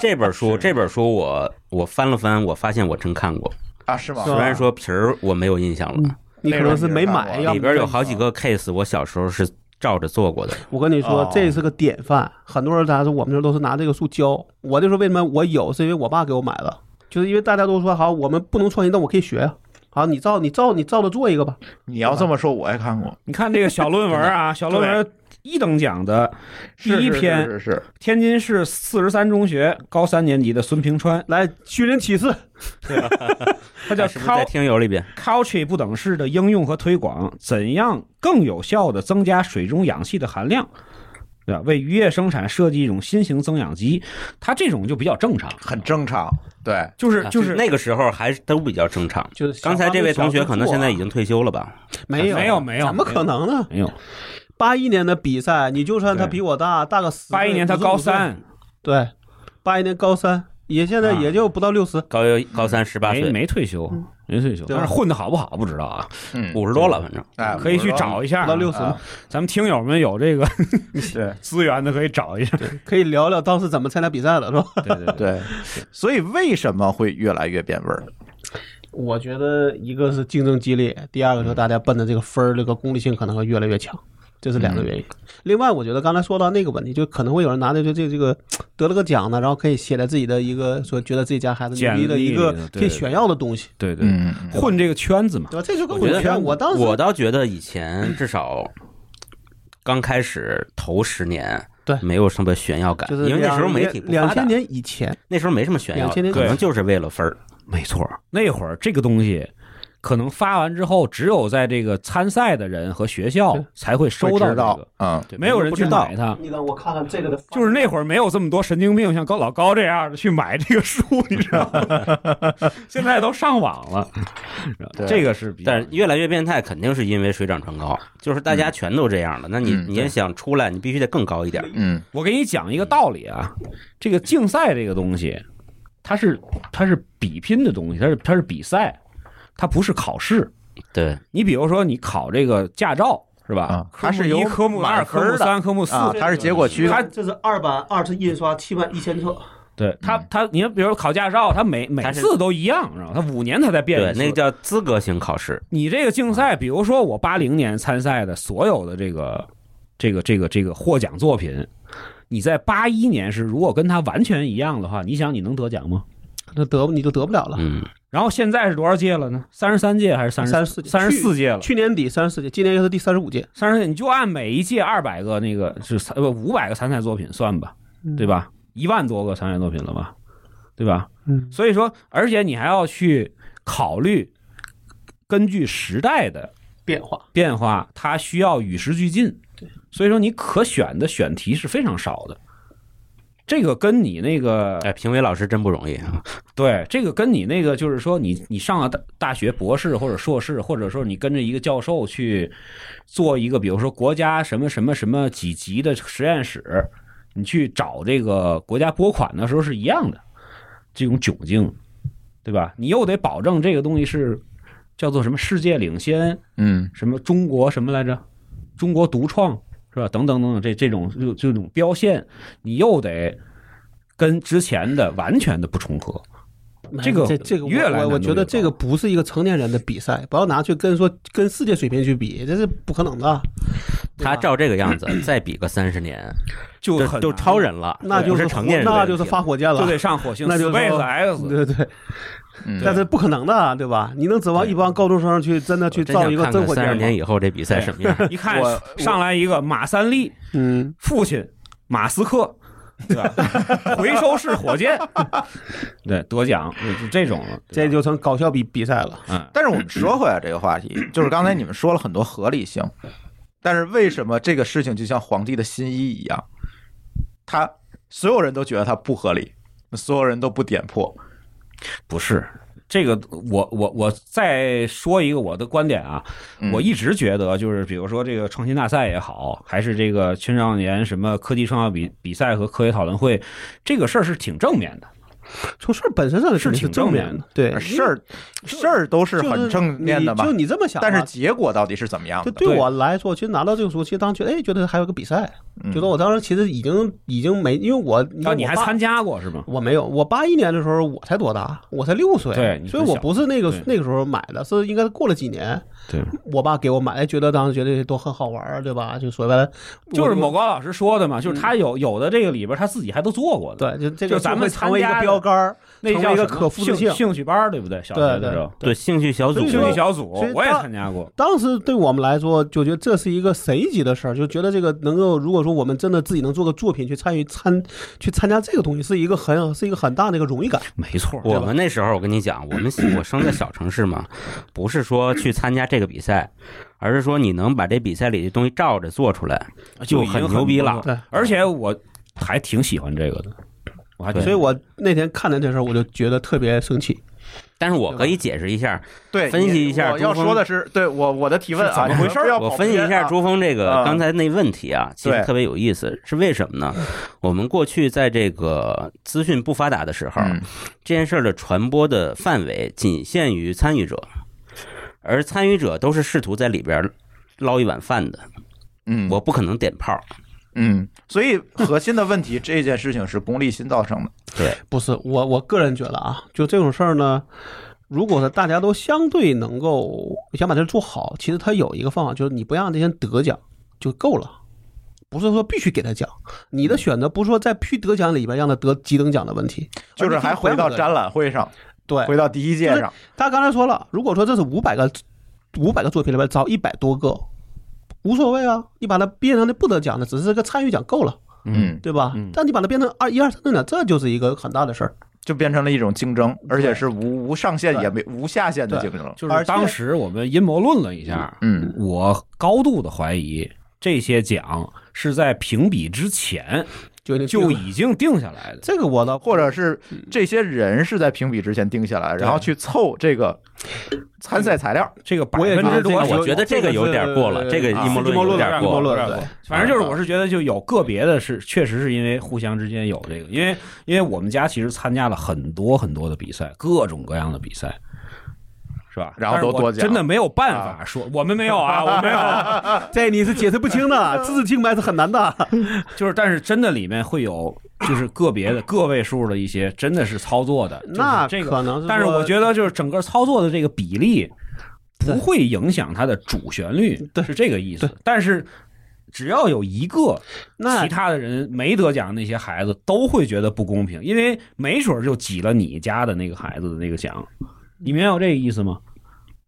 C: 这本书，这本书我我翻了翻，我发现我真看过，
A: 啊，是吗
B: 是？
C: 虽
B: 吧
C: 然说皮儿我没有印象了，
B: 你可能是
A: 内容
B: 没
A: 也
B: 买，
A: 是
B: 要
C: 里
B: 么
C: 边有好几个 case，我小时候是照着做过的。
B: 我跟你说
A: 哦，
B: 这是个典范。很多人大家说我们这都是拿这个书教。我就说为什么我有，是因为我爸给我买的，就是因为大家都说好，我们不能创新，但我可以学呀。好，你照你照你照着做一个吧。
A: 你要这么说，我也看过。
D: 你看这个小论文啊，小论文一等奖的第一篇，
A: 是是是
D: 天津市四十三中学高三年级的孙平川，
B: 来寻人启事，
D: 他
B: 哎
D: 叫
C: 是不是
D: Cul-
C: 在听友里边？
D: Culture 不等式的应用和推广，怎样更有效地增加水中氧气的含量？对吧？为渔业生产设计一种新型增氧机，它这种就比较正常，
A: 很正常，对，
D: 就是就是
C: 那个时候还都比较正常。
B: 就是
C: 刚才这位同学可能现在已
B: 经
C: 经退休了吧？
B: 啊没有
D: 没有没有
B: 怎么可能呢？
D: 没有。
B: 八一年的比赛，你就算他
D: 对
B: 比我大，大个十，
D: 八一年他高，三，
B: 对，八一年高三，也现在
D: 啊
B: 也就不到六十，
C: 高一高三十八
D: 没
C: 岁，
D: 哎没退休，没退休，
B: 对
D: 但
B: 吧
D: 是混的好不好不知道啊，
A: 嗯，
C: 五十多了，反正
A: 哎，
D: 可以去找一下
B: 不
D: 啊。
B: 到六十嘛，
D: 咱们听友们有 这个对资源的可以找一下。
B: 可以聊聊当时怎么参加比赛的，是吧？
D: 对对对，
A: 对，所以为什么会越来越变味儿？
B: 我觉得一个是竞争激烈，第二个就是大家奔着这个分儿这个功利性可能会越来越强，这是两个原因。嗯另外，我觉得刚才说到那个问题，就可能会有人拿着就这这个得了个奖呢，然后可以写在自己的一个说觉得自己家孩子牛逼的一个
D: 简历里的对
B: 可以炫耀的东西，
D: 对对，
A: 嗯，
D: 混这个圈子嘛。
B: 对吧？这就跟
C: 我觉得
B: 圈，我当时
C: 我倒觉得以前至少刚开始头十年，
B: 对
C: 没有什么炫耀感，
B: 就是
C: 因为那时候媒体不
B: 两
C: 发达
B: 千，年以前，
C: 那时候没什么炫耀，
B: 2000年
C: 可能就是为了分儿。
D: 没错，那会儿这个东西。可能发完之后，只有在这个参赛的人和学校
B: 对
D: 才会收
A: 会
D: 到
A: 知
D: 这
A: 道
D: 个，，
A: 嗯，
C: 对
D: 没有人
C: 不
D: 去
C: 知道
D: 买它。
B: 你让我看看这个的，
D: 就是那会儿没有这么多神经病，像高老高这样的去买这个书，你知道吗？ 现在都上网了，
A: 对
D: 这个是比较
C: 但是越来越变态，肯定是因为水涨船高，就是大家全都这样了。那你
A: 嗯
C: 你也想出来，你必须得更高一点。
A: 嗯，
D: 我给你讲一个道理啊，这个竞赛这个东西，它是它是比拼的东西，它是它是比赛，它不是考试。
C: 对，
D: 你比如说，你考这个驾照是吧？
A: 啊
D: 科目
A: 它是
D: 一
A: 由
D: 科目二、
A: 满分
D: 科目
A: 的
D: 三、科目四，
A: 啊，它是结果区，
D: 它
B: 这是二版二次印刷七万一千册，
D: 对它它，你比如说考驾照，它每每
C: 它是
D: 次都一样，然后它五年它才变
C: 对
D: 一，次。
C: 那个叫资格性考试。
D: 你这个竞赛，比如说我八零年参赛的所有的这个这个这个这个获奖作品，你在八一年是如果跟它完全一样的话，你想你能得奖吗？
B: 那得你就得不了了。
C: 嗯，
D: 然后现在是多少届了呢？三十三届还是三
B: 三十
D: 十
B: 四届
D: 三十四届了。
B: 去年底三十四届，今年又是第三十五届，
D: 三十，你就按每一届二百个那个是三不五百个参赛作品算吧，对吧？一万多个参赛作品了吧，对吧？
B: 嗯，
D: 所以说，而且你还要去考虑，根据时代的
B: 变化。
D: 变化，它需要与时俱进。所以说你可选的选题是非常少的。这个跟你那个
C: 哎，评委老师真不容易。啊
D: 对，这个跟你那个就是说你，你上了大大学博士或者硕士，或者说你跟着一个教授去做一个，比如说国家什么什么什么几级的实验室，你去找这个国家拨款的时候是一样的这种窘境，对吧？你又得保证这个东西是叫做什么世界领先，
A: 嗯
D: 什么中国什么来着？中国独创是吧？等等等等，这这种这这种标线，你又得跟之前的完全的不重合。这个
B: 哎这这个我
D: 越来
B: 我我
D: 难度
B: 觉得
D: 越
B: 这个不是一个成年人的比赛，不要拿去跟说跟世界水平去比，这是不可能的。对吧
C: 他照这个样子再比个三十 年，
D: 就
C: 就
D: 很
C: 就
D: 难
C: 超人了，
B: 那就
C: 不是
B: 火
C: 成年人的问
B: 那
C: 题
B: 就
C: 了，
B: 是发火箭了，
D: 就得上火星，
B: 那就是说
D: Space X。
B: 对对，
A: 嗯，
B: 但是不可能的，对吧？你能指望一帮高中生去真的去
C: 我真想
B: 造一个
C: 看
B: 真
C: 看
B: 火
C: 三十
B: 箭
C: 年
B: 吗？
C: 以后这比赛 什么样？
D: 一看
A: 我
D: 上来一个马三立
B: 嗯，
D: 父亲马斯克，对吧？ 回收式火箭， 对得奖就这种了。
B: 这就成搞笑比比赛了。
D: 嗯，
A: 但是我们说回来这个话题，就是刚才你们说了很多合理性，但是为什么这个事情就像皇帝的新衣一样，他所有人都觉得它不合理，所有人都不点破，
D: 不是这个，我我我再说一个我的观点啊，
A: 嗯
D: 我一直觉得，就是比如说这个创新大赛也好，还是这个青少年什么科技创造比比赛和科学讨论会，这个事儿是挺正面的。
B: 从事儿本身上肯定
D: 是挺
B: 正面
D: 正面
B: 的，对，
A: 事儿事儿都是
B: 就
A: 很正面的嘛
B: 就。你就你这么想吧，
A: 但是结果到底是怎么样
B: 就
A: 的？
B: 对
D: 对
B: 我来说，其实拿到这个书，其实当时觉得哎，觉得还有个比赛，
A: 嗯
B: 觉得我当时其实已经已经没，因为我
D: 啊，你还
B: 参。
D: 参加过是吗？
B: 我没有，我八一年的时候我才多大，我才六岁，
D: 对你
B: 所以
D: 很
B: 我
D: 小
B: 不是那个
D: 对
B: 那个时候买的，是应该过了几年，
D: 对，
B: 我爸给我买，哎觉得当时觉得都很好玩儿，对吧？就说白了，
D: 就是某
B: 我
D: 高老师说的嘛，就是他有有的这个里边他自己还都做过的，
B: 嗯对，就这
D: 就
B: 个
D: 咱们
B: 会成为一
D: 参
B: 个
D: 加的
B: 标杆儿，
D: 那
B: 成
D: 叫
B: 为一个
D: 什么
B: 可复制
D: 兴
B: 性
D: 兴趣班儿，对不对？小学
B: 对
D: 的时
B: 对
D: 候，
C: 对，兴趣小组
B: 所以
D: 兴
B: 说
D: 趣小组
B: 所以
D: 我也
B: 大
D: 参加过，
B: 当时对我们来说，就觉得这是一个神一级的事儿，就觉得这个能够，如果说我们真的自己能做个作品去参与参去参加这个东西，是一个很是一个很大的一个荣誉感。
D: 没错
C: 我们那时候，我跟你讲，我们我生在小城市嘛，不是说去参加这个比赛，而是说你能把这比赛里的东西照着做出来，
D: 就
C: 就
D: 已经
C: 很牛逼了
D: 不错
B: 对
D: 而且我还挺喜欢这个的，我还挺
B: 所以我那天看见这事儿，我就觉得特别生气。
C: 但是我可以解释一下，
A: 对，
C: 分析
A: 你
C: 一下
A: 我要
C: 朱峰
A: 说的是，对我我的提问啊，
D: 是怎么回事儿
A: 你们不要
C: 我
A: 跑
C: 分析一
A: 偏
C: 下
A: 啊
C: 朱峰这个
A: 啊
C: 刚才那问题啊，其
A: 对
C: 实特别有意思，是为什么呢？我们过去在这个资讯不发达的时候，
A: 嗯
C: 这件事儿的传播的范围仅限于参与者，而参与者都是试图在里边捞一碗饭的，
A: 嗯，
C: 我不可能点炮。
A: 嗯，所以核心的问题，这件事情是功利心造成的。
B: 不是我，我个人觉得啊，就这种事儿呢，如果说大家都相对能够想把这做好，其实他有一个方法，就是你不让这些人得奖就够了，不是说必须给他奖。
A: 嗯
B: 你的选择不是说在必须得奖里边让他得几等奖的问题，
A: 就是还回到展
B: 览。
A: 览会上，
B: 对，
A: 回到第一届上，
B: 他刚才说了，如果说这是五百个五百个作品里边找一百多个，无所谓啊，你把它变成那不得奖的，只是个参与奖够了，
A: 嗯，
B: 对吧？但你把它变成二一二三等奖，这就是一个很大的事儿。
A: 就变成了一种竞争，而且是无无上限
B: 对
A: 也没无下限的
B: 对
A: 竞争。
D: 就是当时我们阴谋论了一下，
A: 嗯，
D: 我高度的怀疑这些奖是在评比之前
B: 就那
D: 就已经定下来的。
B: 这个我倒
A: 或者是
B: 嗯
A: 这些人是在评比之前定下来，然后去凑这个参赛材料。
D: 这个百
B: 我也
D: 分之多
B: 觉
D: 少
B: 得这个
C: 我觉得这个有点过了，
B: 这
C: 这
B: 个
C: 个
B: 是
C: 阴谋
A: 啊
C: 论
B: 阴谋论
C: 有
D: 有
C: 点
D: 点
C: 过
D: 过
C: 了。
D: 了
A: 对
D: 反正就是我是觉得就有个别的是，确实是因为互相之间有这个，因为因为我们家其实参加了很多很多的比赛，各种各样的比赛。是吧？
A: 然后
D: 但是
A: 都
D: 我
A: 多奖
D: 真的没有办法说，我们没有啊，我没 有啊，
B: 这你是解释不清 的，自知清白是很难的。
D: 就是但是真的里面会有，就是个别的个位数的一些真的是操作的，就是
B: 那
D: 这个
B: 可能是说，
D: 但是我觉得就是整个操作的这个比例不会影响它的主旋律，
B: 对
D: 是这个意思。但是只要有一个
B: 那
D: 其他的人没得奖，那些孩子都会觉得不公平，因为没准儿就挤了你家的那个孩子的那个奖。你明白我这个意思吗？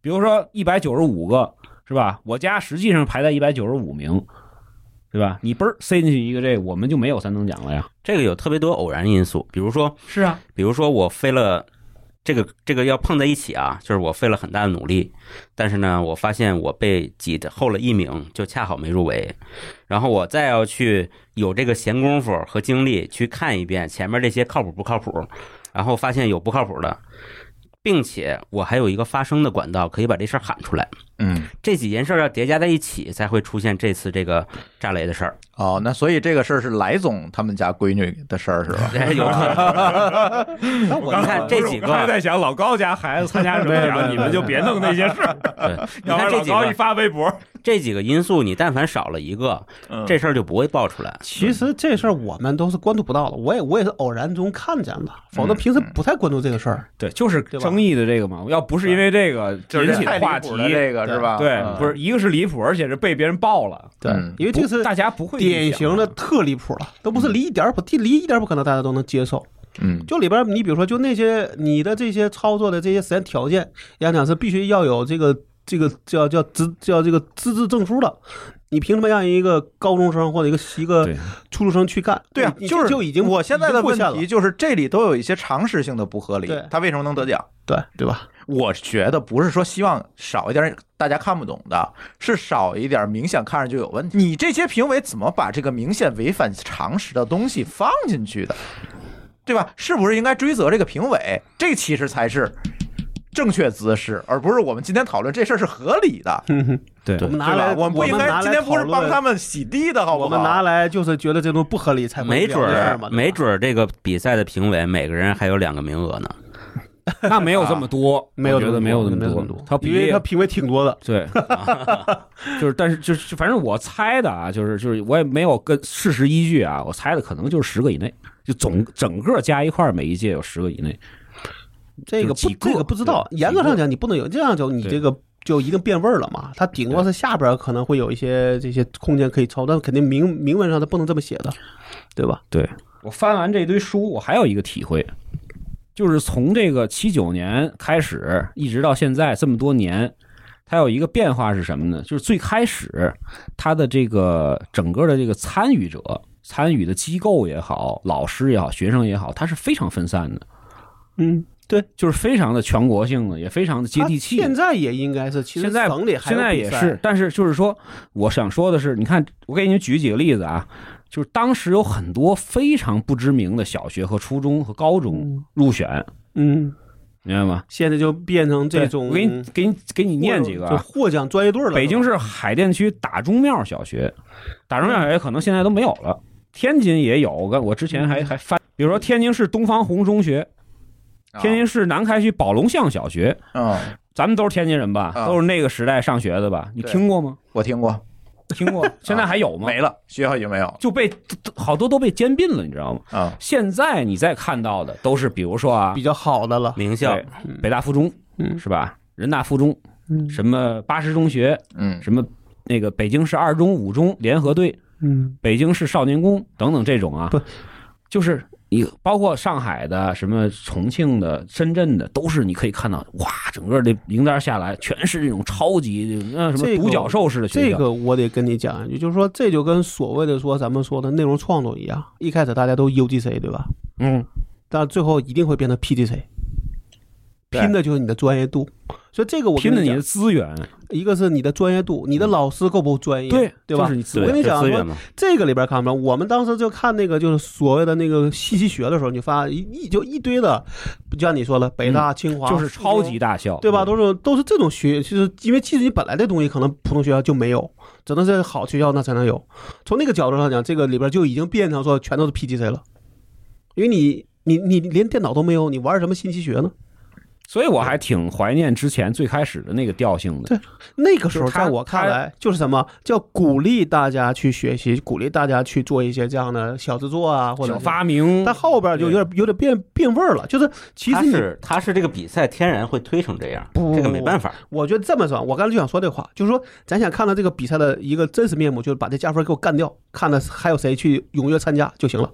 D: 比如说一百九十五个是吧？我家实际上排在一百九十五名，对吧？你嘣儿塞进去一个这个，我们就没有三等奖了呀。
C: 这个有特别多偶然因素，比如说，
D: 是啊，
C: 比如说我费了这个这个要碰在一起啊，就是我费了很大的努力，但是呢，我发现我被挤的后了一名，就恰好没入围。然后我再要去有这个闲工夫和精力去看一遍前面这些靠谱不靠谱，然后发现有不靠谱的，并且我还有一个发声的管道可以把这事儿喊出来。
A: 嗯，
C: 这几件事儿要叠加在一起，才会出现这次这个炸雷的事儿。
A: 哦，那所以这个事儿是莱总他们家闺女的事儿是吧？
C: 有可能。
B: 那我
C: 你看这
D: 不是
C: 几个
D: 我刚才在想老高家孩子参加 什么
B: 对对
D: 奖，
B: 对
D: 你们就别弄那些事儿。
C: 对，你
D: 要不
C: 看
D: 然
C: 这
D: 老
C: 几
D: 高一
C: 个
D: 发微博，
C: 这几个因素，你但凡少了一个，这事儿就不会爆出来。
B: 其实这事儿我们都是关注不到的，我也我也是偶然中看见的，否
D: 嗯
B: 则平时不太关注这个事儿。
D: 对，就是
B: 对吧
D: 争议的这个嘛。要不是因为这个
A: 就是
D: 引起
A: 太
D: 的
A: 离
D: 话题
A: 谱，了这个是吧？
D: 对，
A: 嗯
D: 不是一个是离谱，而且是被别人爆了，
B: 对
A: 嗯，
B: 因为哎这个是
D: 大家不会啊
B: 典型的
D: 的
B: 特离谱了，都不是
D: 嗯
B: 离一点儿不离一点儿不可能大家都能接受。
A: 嗯，
B: 就里边儿你比如说，就那些你的这些操作的这些实验条件，要讲是必须要有这个这个叫叫资叫这个资质证书的。你凭什么让一个高中生或者一个一个
D: 对
B: 初中生去干？
A: 对啊
B: 你，你
A: 就是
B: 就已经
A: 我现在的问
B: 已经过线
A: 题
B: 了
A: 就是这里都有一些常识性的不合理
B: 对，
A: 他为什么能得奖？
B: 对对吧？
A: 我觉得不是说希望少一点大家看不懂的，是少一点明显看着就有问题。你这些评委怎么把这个明显违反常识的东西放进去的，对吧？是不是应该追责这个评委？这其实才是正确姿势，而不是我们今天讨论这事儿是合理的，对
B: 嗯我
D: 对
B: 们拿来
A: 吧？我们不应
B: 拿
A: 该
B: 来
A: 今天不是
B: 讨论
A: 帮他们洗地的，好不
B: 我
A: 好？
B: 们拿来就是觉得这种不合理才会
C: 没
B: 聊
C: 准
B: 这事
C: 儿
B: 嘛，对吧
C: 没准儿这个比赛的评委每个人还有两个名额呢，
D: 那没有这么多，
B: 没有
D: 我觉
B: 这么
D: 得没有
B: 多
D: 这
B: 没有这
D: 么
B: 么多
D: 他比
B: 因为
D: 例
B: 他评委挺多的，
D: 对，就是但是就是反正我猜的啊，就是就是我也没有跟事实依据啊，我猜的可能就是十个以内，就总整个加一块儿，每一届有十个以内。
B: 这个
D: 就
B: 不
D: 几个
B: 这个不知道，
D: 对
B: 严格上讲你不能有这样就你
D: 对
B: 这个。就一定变味儿了嘛？它顶多是下边儿可能会有一些这些空间可以超，但肯定明明文上它不能这么写的，对吧？
D: 我翻完这堆书，我还有一个体会，就是从这个七九年开始，一直到现在这么多年，它有一个变化是什么呢？就是最开始它的这个整个的这个参与者、参与的机构也好、老师也好、学生也好，它是非常分散的，
B: 嗯，对，
D: 就是非常的全国性的，也非常的接地气
B: 它
D: 的
B: 现。在也应该是，其实
D: 现在
B: 省里还
D: 现
B: 有
D: 在
B: 比
D: 也
B: 赛
D: 是，，但是就是说，我想说的是，你看，我给你举几个例子啊，就是当时有很多非常不知名的小学和初中和高中入选，
B: 嗯，
D: 明白吗？
B: 现在就变成这
D: 对
B: 种
D: 我给你给你给你念几个
B: 就
D: 啊。
B: 获奖专业队了。
D: 北京市海淀区打中庙小学，打中庙小学可能现在都没有了，天津也有，我我之前
B: 嗯
D: 还还翻，比如说天津市东方红中学，天津市南开区宝龙巷小学，
A: 啊嗯，
D: 咱们都是天津人吧，
A: 啊
D: 都是那个时代上学的吧？你
A: 对
D: 听过吗？
A: 我听过，
D: 听 过，现在还有吗？
A: 没了，学校已经没有了
D: 就被好多都被兼并了，你知道吗？
A: 啊。
D: 现在你再看到的都是，比如说啊
B: 比，较好的了，
C: 名校
D: 对北大附中，
B: 嗯
D: 是吧？人大附中，
B: 嗯
D: 什么八十中学，
A: 嗯，
D: 什么那个北京市二中、五中联合队，
B: 嗯，
D: 北京市少年宫等等这种啊
B: 不，
D: 就是你包括上海的、什么重庆的、深圳的，都是你可以看到，哇，整个这名单下来全是这种超级那什么
B: 这个
D: 独角兽式的学
B: 这
D: 校。
B: 个我得跟你讲，也就是说，这就跟所谓的说咱们说的内容创作一样，一开始大家都 UGC 对吧？
D: 嗯，
B: 但最后一定会变成 PGC，
A: 对
B: 拼的就是你的专业度。所以这个我
D: 拼
B: 跟
D: 的
B: 你
D: 你
B: 讲
D: 的，资源，
B: 一个是你的专业度，你的老师够不够专业，
D: 对
B: 对吧
D: 就是你？资
B: 我
D: 源
B: 跟你
C: 这
B: 讲
C: 资
B: 说
C: 源，嘛，
B: 这个里边看不着。我们当时就看那个就是所谓的那个信息学的时候，你发一一就一堆的，就像你说了，北大、清华
D: 嗯就是超
B: 附中
D: 级大校，
B: 对吧？
D: 嗯
B: 都是都是这种学，就是因为其实你本来这东西可能普通学校就没有，只能是好学校那才能有。从那个角度上讲，这个里边就已经变成说全都是 PGC 了，因为你你你连电脑都没有，你玩什么信息学呢？
D: 所以我还挺怀念之前最开始的那个调性的
B: 对。那个时候
D: 就是他
B: 在我看来就是什么叫鼓励大家去学习，鼓励大家去做一些这样的小制作啊，或者
D: 小
B: 是
D: 发明，
B: 但后边就有点有点变变味儿了，就是其
C: 他
B: 实你
C: 是他是这个比赛天然会推成这样，
B: 不
C: 这个没办法。
B: 我觉得这么说，我刚才就想说这话，就是说咱想看到这个比赛的一个真实面目，就是把这加分给我干掉，看的还有谁去踊跃参加就行了。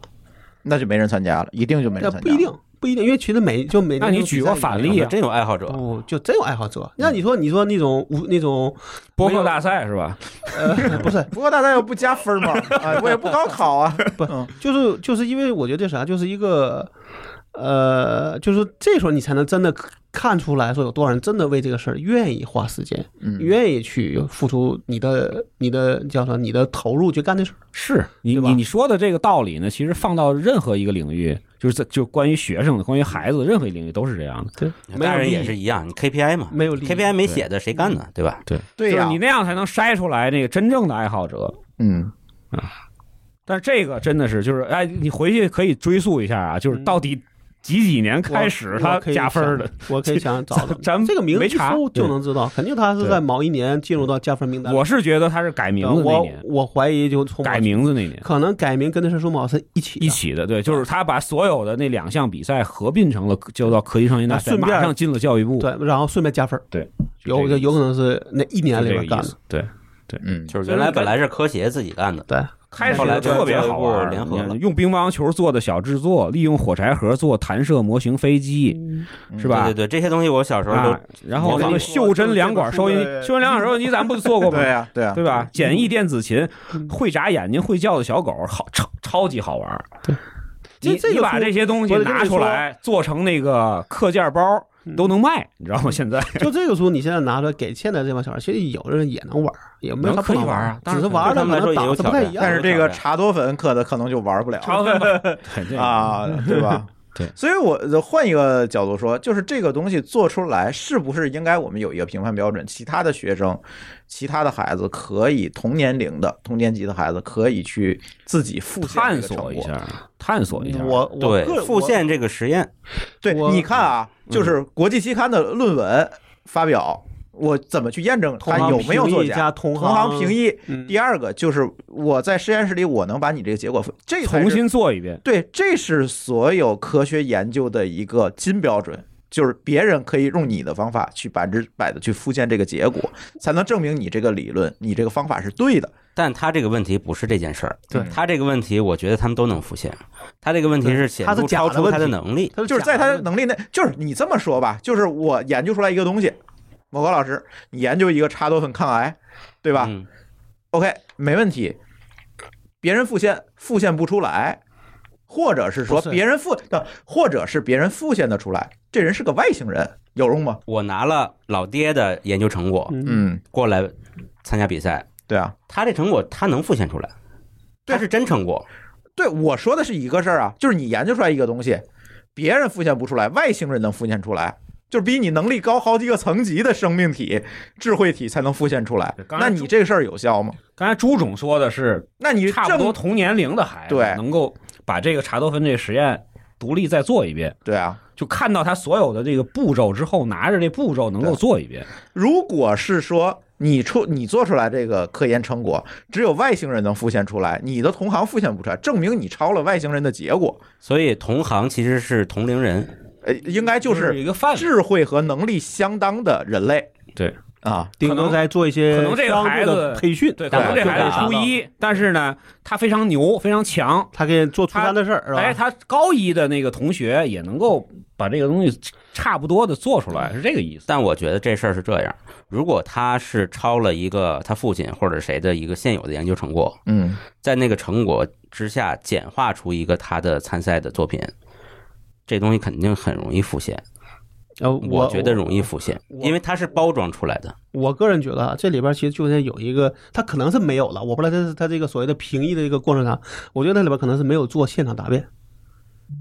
A: 那就没人参加了，一定就没
B: 那
A: 人参
B: 不
A: 加。
B: 一定，，不一定，因为其实每就每
D: 那你举个反例
C: 有
D: 啊，
C: 真有爱好者，
B: 不哦就真有爱好者？那你说你说那种无那种
D: 播客大赛是吧？
B: 呃不是，
A: 不过大家又不加分 嘛，啊，我也不高考啊。
B: 就是就是因为我觉得这啥，就是一个呃，就是这时候你才能真的看出来说有多少人真的为这个事儿愿意花时间，
A: 嗯
B: 愿意去付出你的你的叫什么你的投入去干这事儿。
D: 是你
B: 对吧
D: 你你说的这个道理呢，其实放到任何一个领域，就是在就关于学生的、关于孩子的任何一个领域都是这样的。
B: 对，没有
C: 大人
B: 利
C: 也
B: 益
C: 是一样，你 KPI 嘛
B: 没有利益嗯
C: ，KPI 没写的谁干呢？对吧？
A: 对
D: 就是
A: 呀
D: 你，那样才能筛出来那个真正的爱好者。
A: 嗯，
D: 但是这个真的是就是哎，你回去可以追溯一下啊，就是到底几几年开始
B: 嗯我
D: 他
B: 我可以
D: 加分的
B: 想。，我可以想找
D: 咱咱们
B: 这个名字
D: 没
B: 一
D: 查
B: 搜就能知道，肯定他是在某一年进入到加分名单。
D: 我是觉得他是改名
B: 呃
D: 字那
B: 我
D: 年，
B: 我怀疑就从
D: 改，名字那年。
B: 可能改名跟那是数码是一起的
D: 一。起的，对，就是他把所有的那两项比赛合并成了，就到科技创新大
B: 那
D: 赛，
B: 顺便
D: 马上进了教育部，
B: 对，然后顺便加分，
D: 就
B: 有
D: 这个
B: 有可能是那一年里
D: 就这
B: 边
D: 个
B: 干
D: 意
B: 的
D: 思。。对，
A: 嗯，
C: 就是原来本来是科协自己干的，
D: 开始
C: 后来就
D: 特别好玩
C: 就联合了
D: 用乒乓球做的小制作，利用火柴盒做弹射模型飞机，是吧？
C: 对对对，这些东西我小时候
D: 啊
C: 都，
D: 然后
C: 模
D: 那
C: 仿
D: 个
C: 过
D: 袖珍两管收音
B: 这个
D: 机，
B: 是
D: 袖珍两管收音机咱们不是做过吗？
A: 对呀，嗯对呀，
D: 对吧？简易电子琴
B: 嗯，
D: 会眨眼睛、会叫的小狗，好超超级好玩。
B: 对，这
D: 你
B: 这个
D: 你把
B: 出
D: 这些东西
B: 我得跟你
D: 拿出来做成那个课件包
B: 嗯
D: 都能卖，你知道吗？现在
B: 就这个书，你现在拿出来给现在这帮小孩，其实有的人也能玩，也没有他
D: 能
B: 不
D: 可以
B: 能
D: 玩
B: 玩
D: 啊当
B: 只
D: 然
B: 是
D: 可以
B: 玩的
C: 对他们来
B: 可能
C: 说也
B: 档
C: 有
B: 次
C: 挑
B: 不太
C: 战
B: 一
A: 但
B: 样。
A: 是这个茶多粉可的可能就玩不了
D: 超分吧 对这个
A: 啊，对吧？
C: 对
A: 所以我换一个角度说，就是这个东西做出来是不是应该我们有一个评判标准？其他的学生、其他的孩子可以同年龄的、同年级的孩子可以去自己复现这个
D: 探
A: 成
D: 索一
A: 果。
D: 下，探索一下。
B: 我我
C: 对
B: 个
C: 复现这个实验，
A: 对，
B: 我嗯
A: 你看啊，就是国际期刊的论文发表，我怎么去验证
B: 同
A: 它
B: 行
A: 有没有
B: 评
A: 作
B: 议
A: 假？
B: 加同
A: 同行评
B: 议，
A: 议。
B: 嗯
A: 第二个就是我在实验室里，我能把你这个结果分这才是
D: 重新做一遍，
A: 对，这是所有科学研究的一个金标准，就是别人可以用你的方法去百分之百的去复现这个结果，才能证明你这个理论、你这个方法是对的。
C: 但他这个问题不是这件事儿。
B: 对
C: 他这个问题，我觉得他们都能复现。他这个问题是显
B: 他是
C: 著
B: 假的
C: 超出他
B: 问
C: 的
B: 题
C: 能力。
B: 它
A: 就是在
B: 假
A: 他
B: 的
A: 能力内，就是你这么说吧，就是我研究出来一个东西，某高老师，你研究一个茶多酚抗癌，对吧、
C: 嗯
A: o k 没问题。别人复现复现不出来，或者是说
B: 不是
A: 别人复，呃或者是别人复现的出来，这人是个外星人，有用吗？
C: 我拿了老爹的研究成果
B: 嗯
A: 嗯，
C: 过来参加比赛，
A: 对啊。
C: 他这成果他能复现出来，
A: 对
C: 他是真成果。
A: 对，我说的是一个事儿啊，就是你研究出来一个东西，别人复现不出来，外星人能复现出来，就是比你能力高好几个层级的生命体、智慧体才能复现出来
D: 对。刚才
A: 那你这个事儿有效吗？
D: 刚才朱总说的是
A: 那你
D: 差不
A: 正
D: 多同年龄的孩子，
A: 对
D: 能够把这个茶多酚这个实验独立再做一遍，
A: 对啊。
D: 就看到他所有的这个步骤之后，拿着这步骤能够
A: 对
D: 做一遍。
A: 如果是说你出你做出来这个科研成果，只有外星人能复现出来，你的同行复现不出来，证明你超了外星人的结果。
C: 所以同行其实是同龄人，
A: 呃，应该就
D: 有
A: 是
D: 一个范围，
A: 智慧和能力相当的人类。
D: 对
A: 啊，
B: 顶多再做一些
D: 可能这个
B: 相
D: 孩
B: 对的
D: 子
B: 培训，
D: 对，可
A: 对
D: 能这
B: 就可
D: 孩
B: 以
D: 子
B: 达
D: 初
B: 到
D: 一，但是呢，他非常牛，非常强。
B: 他可以做初三的事儿，是吧？
D: 哎，他高一的那个同学也能够把这个东西差不多的做出来，是这个意思。
C: 但我觉得这事儿是这样：如果他是超了一个他父亲或者谁的一个现有的研究成果，
A: 嗯，
C: 在那个成果之下简化出一个他的参赛的作品，这东西肯定很容易复现。
B: 呃，我
C: 觉得容易复现，
B: 我
C: 因为它是包装出来的。
B: 我个人觉得啊，这里边其实就在有一个，他可能是没有了，我不知道他他这个所谓的评议的这个过程上，我觉得那里边可能是没有做现场答辩，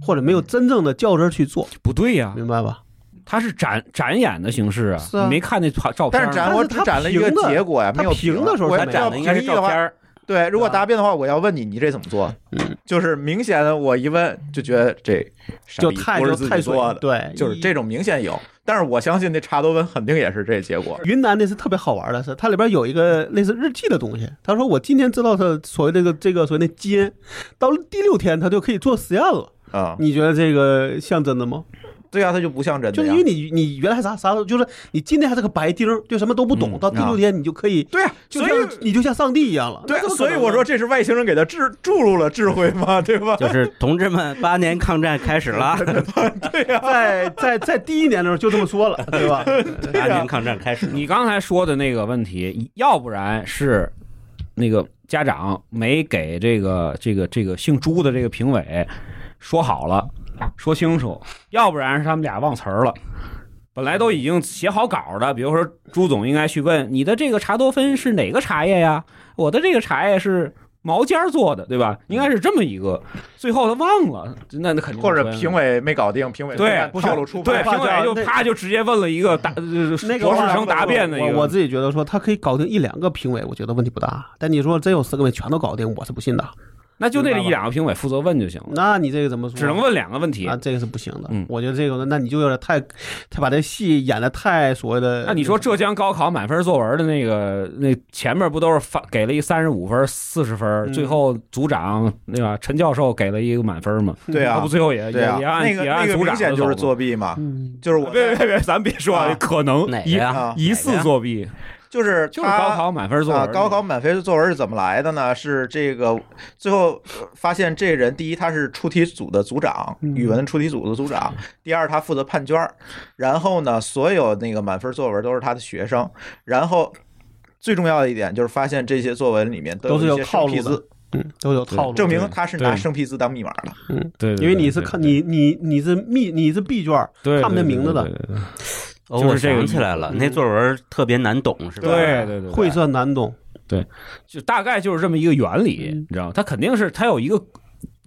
B: 或者没有真正的较真儿去做，
D: 不对呀、
B: 明白吧？
D: 他是展展演的形式啊，
B: 是啊
D: 你没看那照照片
A: 但
D: 吗？
A: 是展我只展了一个
B: 但是他
A: 结果呀，没
B: 他
A: 有
B: 评的时候
A: 我
B: 他
A: 要
B: 展
A: 要
C: 的应该是
A: 评议
C: 照
A: 的话
C: 片，儿，
A: 对，如果
B: 对吧
A: 答辩的话，我要问你，你这怎么做？
B: 嗯，
A: 就是明显的，我一问就觉得这傻
B: 就
A: 逼
B: 太
A: 不
B: 就是
A: 自
B: 太
A: 己
B: 水
A: 做
B: 了，
A: 的，
B: 对，
A: 就是这种明显有。但是我相信那查多温肯定也是这结果。
B: 云南那是特别好玩的是，它里边有一个类似日记的东西。他说我今天知道他所谓这个这个所谓的基因，到第六天他就可以做实验了。
A: 啊、
B: 你觉得这个像真的吗？
A: 对呀、它就不像真
B: 就
A: 的
B: 是
A: 呀
B: 因为。你你原来啥啥都就是你今天还是个白丁儿，就什么都不懂，
D: 嗯
B: 到第
A: 啊
B: 六天你就可以，
A: 对呀、
B: 就
A: 所以
B: 像你就像上帝一样了。
A: 对啊
D: 啊
B: 那怎，么可
A: 所以
B: 能
A: 我
B: 呢
A: 说这是外星人给他智注入了智慧嘛，对吧？
C: 就是同志们，八年抗战开 始了，
B: 在在在第一年的时候就这么说了，对 吧？
C: 八年抗战开始了。
D: 你刚才说的那个问题，要不然是那个家长没给这个这个这个姓朱的这个评委说好了，说清楚；要不然是他们俩忘词儿了。本来都已经写好稿的，比如说朱总应该去问你的这个茶多酚是哪个茶叶呀？我的这个茶叶是毛尖儿做的，对吧？应该是这么一个，最后他忘了，那那肯 定
A: 或者
D: 不会啊
A: 评委没搞定，评委
D: 对
A: 不套路出
D: 对
A: 牌。
D: 评委就
B: 那
D: 啪就直接问了一个答呃
B: 那个
D: 博士生答辩的一
B: 我
D: 个，
B: 我自己觉得说他可以搞定一两个评委，我觉得问题不大。但你说真有十个没全都搞定，我是不信的。
D: 那就那一两个评委负责问就行了，
B: 那你这个怎么说？
D: 只能问两个问题
B: 啊，。这个是不行的。
D: 嗯
B: 我觉得这个，那你就有点太，太把这戏演的太所谓的。
D: 那你说浙江高考满分作文的那个，那前面不都是发给了一三十五分、四十分，
B: 嗯
D: 最后组长对吧？陈教授给了一个满分嘛？
A: 对
D: 他
A: 啊
D: 不，最后也也
A: 对啊
D: 也，按
A: 那个
D: 也
A: 那
D: 按
A: 个
D: 组
A: 明
D: 长
A: 显就是
D: 的走吗。
A: 作弊嘛，
B: 嗯，
A: 就是我
D: 别别别，咱别说
A: 啊
D: 可能
C: 哪个
D: 疑
C: 呀？
A: 啊
D: 疑似作弊，
A: 就是
D: 哎就是
A: 他
D: 高考满分作
A: 啊，
D: 文。
A: 高考满分作文是怎么来的呢？是这个最后呃发现这人，第一他是出题组的组长，
B: 嗯
A: 语文出题组的组长；第二他负责判卷儿，然后呢，所有那个满分作文都是他的学生。然后最重要的一点就是发现这些作文里面
B: 都是
A: 有
B: 有
A: 一些生
B: 套路
A: 僻
B: 的
A: 字，
B: 嗯，都有套路。
A: 证明
D: 对
A: 他是拿
D: 对
A: 生僻字当密码的。
D: 对，对
B: 因为你是
D: 对
B: 看
D: 对
B: 你你你是密你是 B 卷儿，
D: 对
B: 看不见
D: 对
B: 名字的
D: 对对对
C: 哦，
D: 就
C: 我
D: 是这个嗯
C: 想起来了，那作文特别难懂，是吧？
D: 对对对，
B: 晦涩难懂。
D: 就大概就是这么一个原理，
B: 嗯
D: 你知道吗？它肯定是它有一个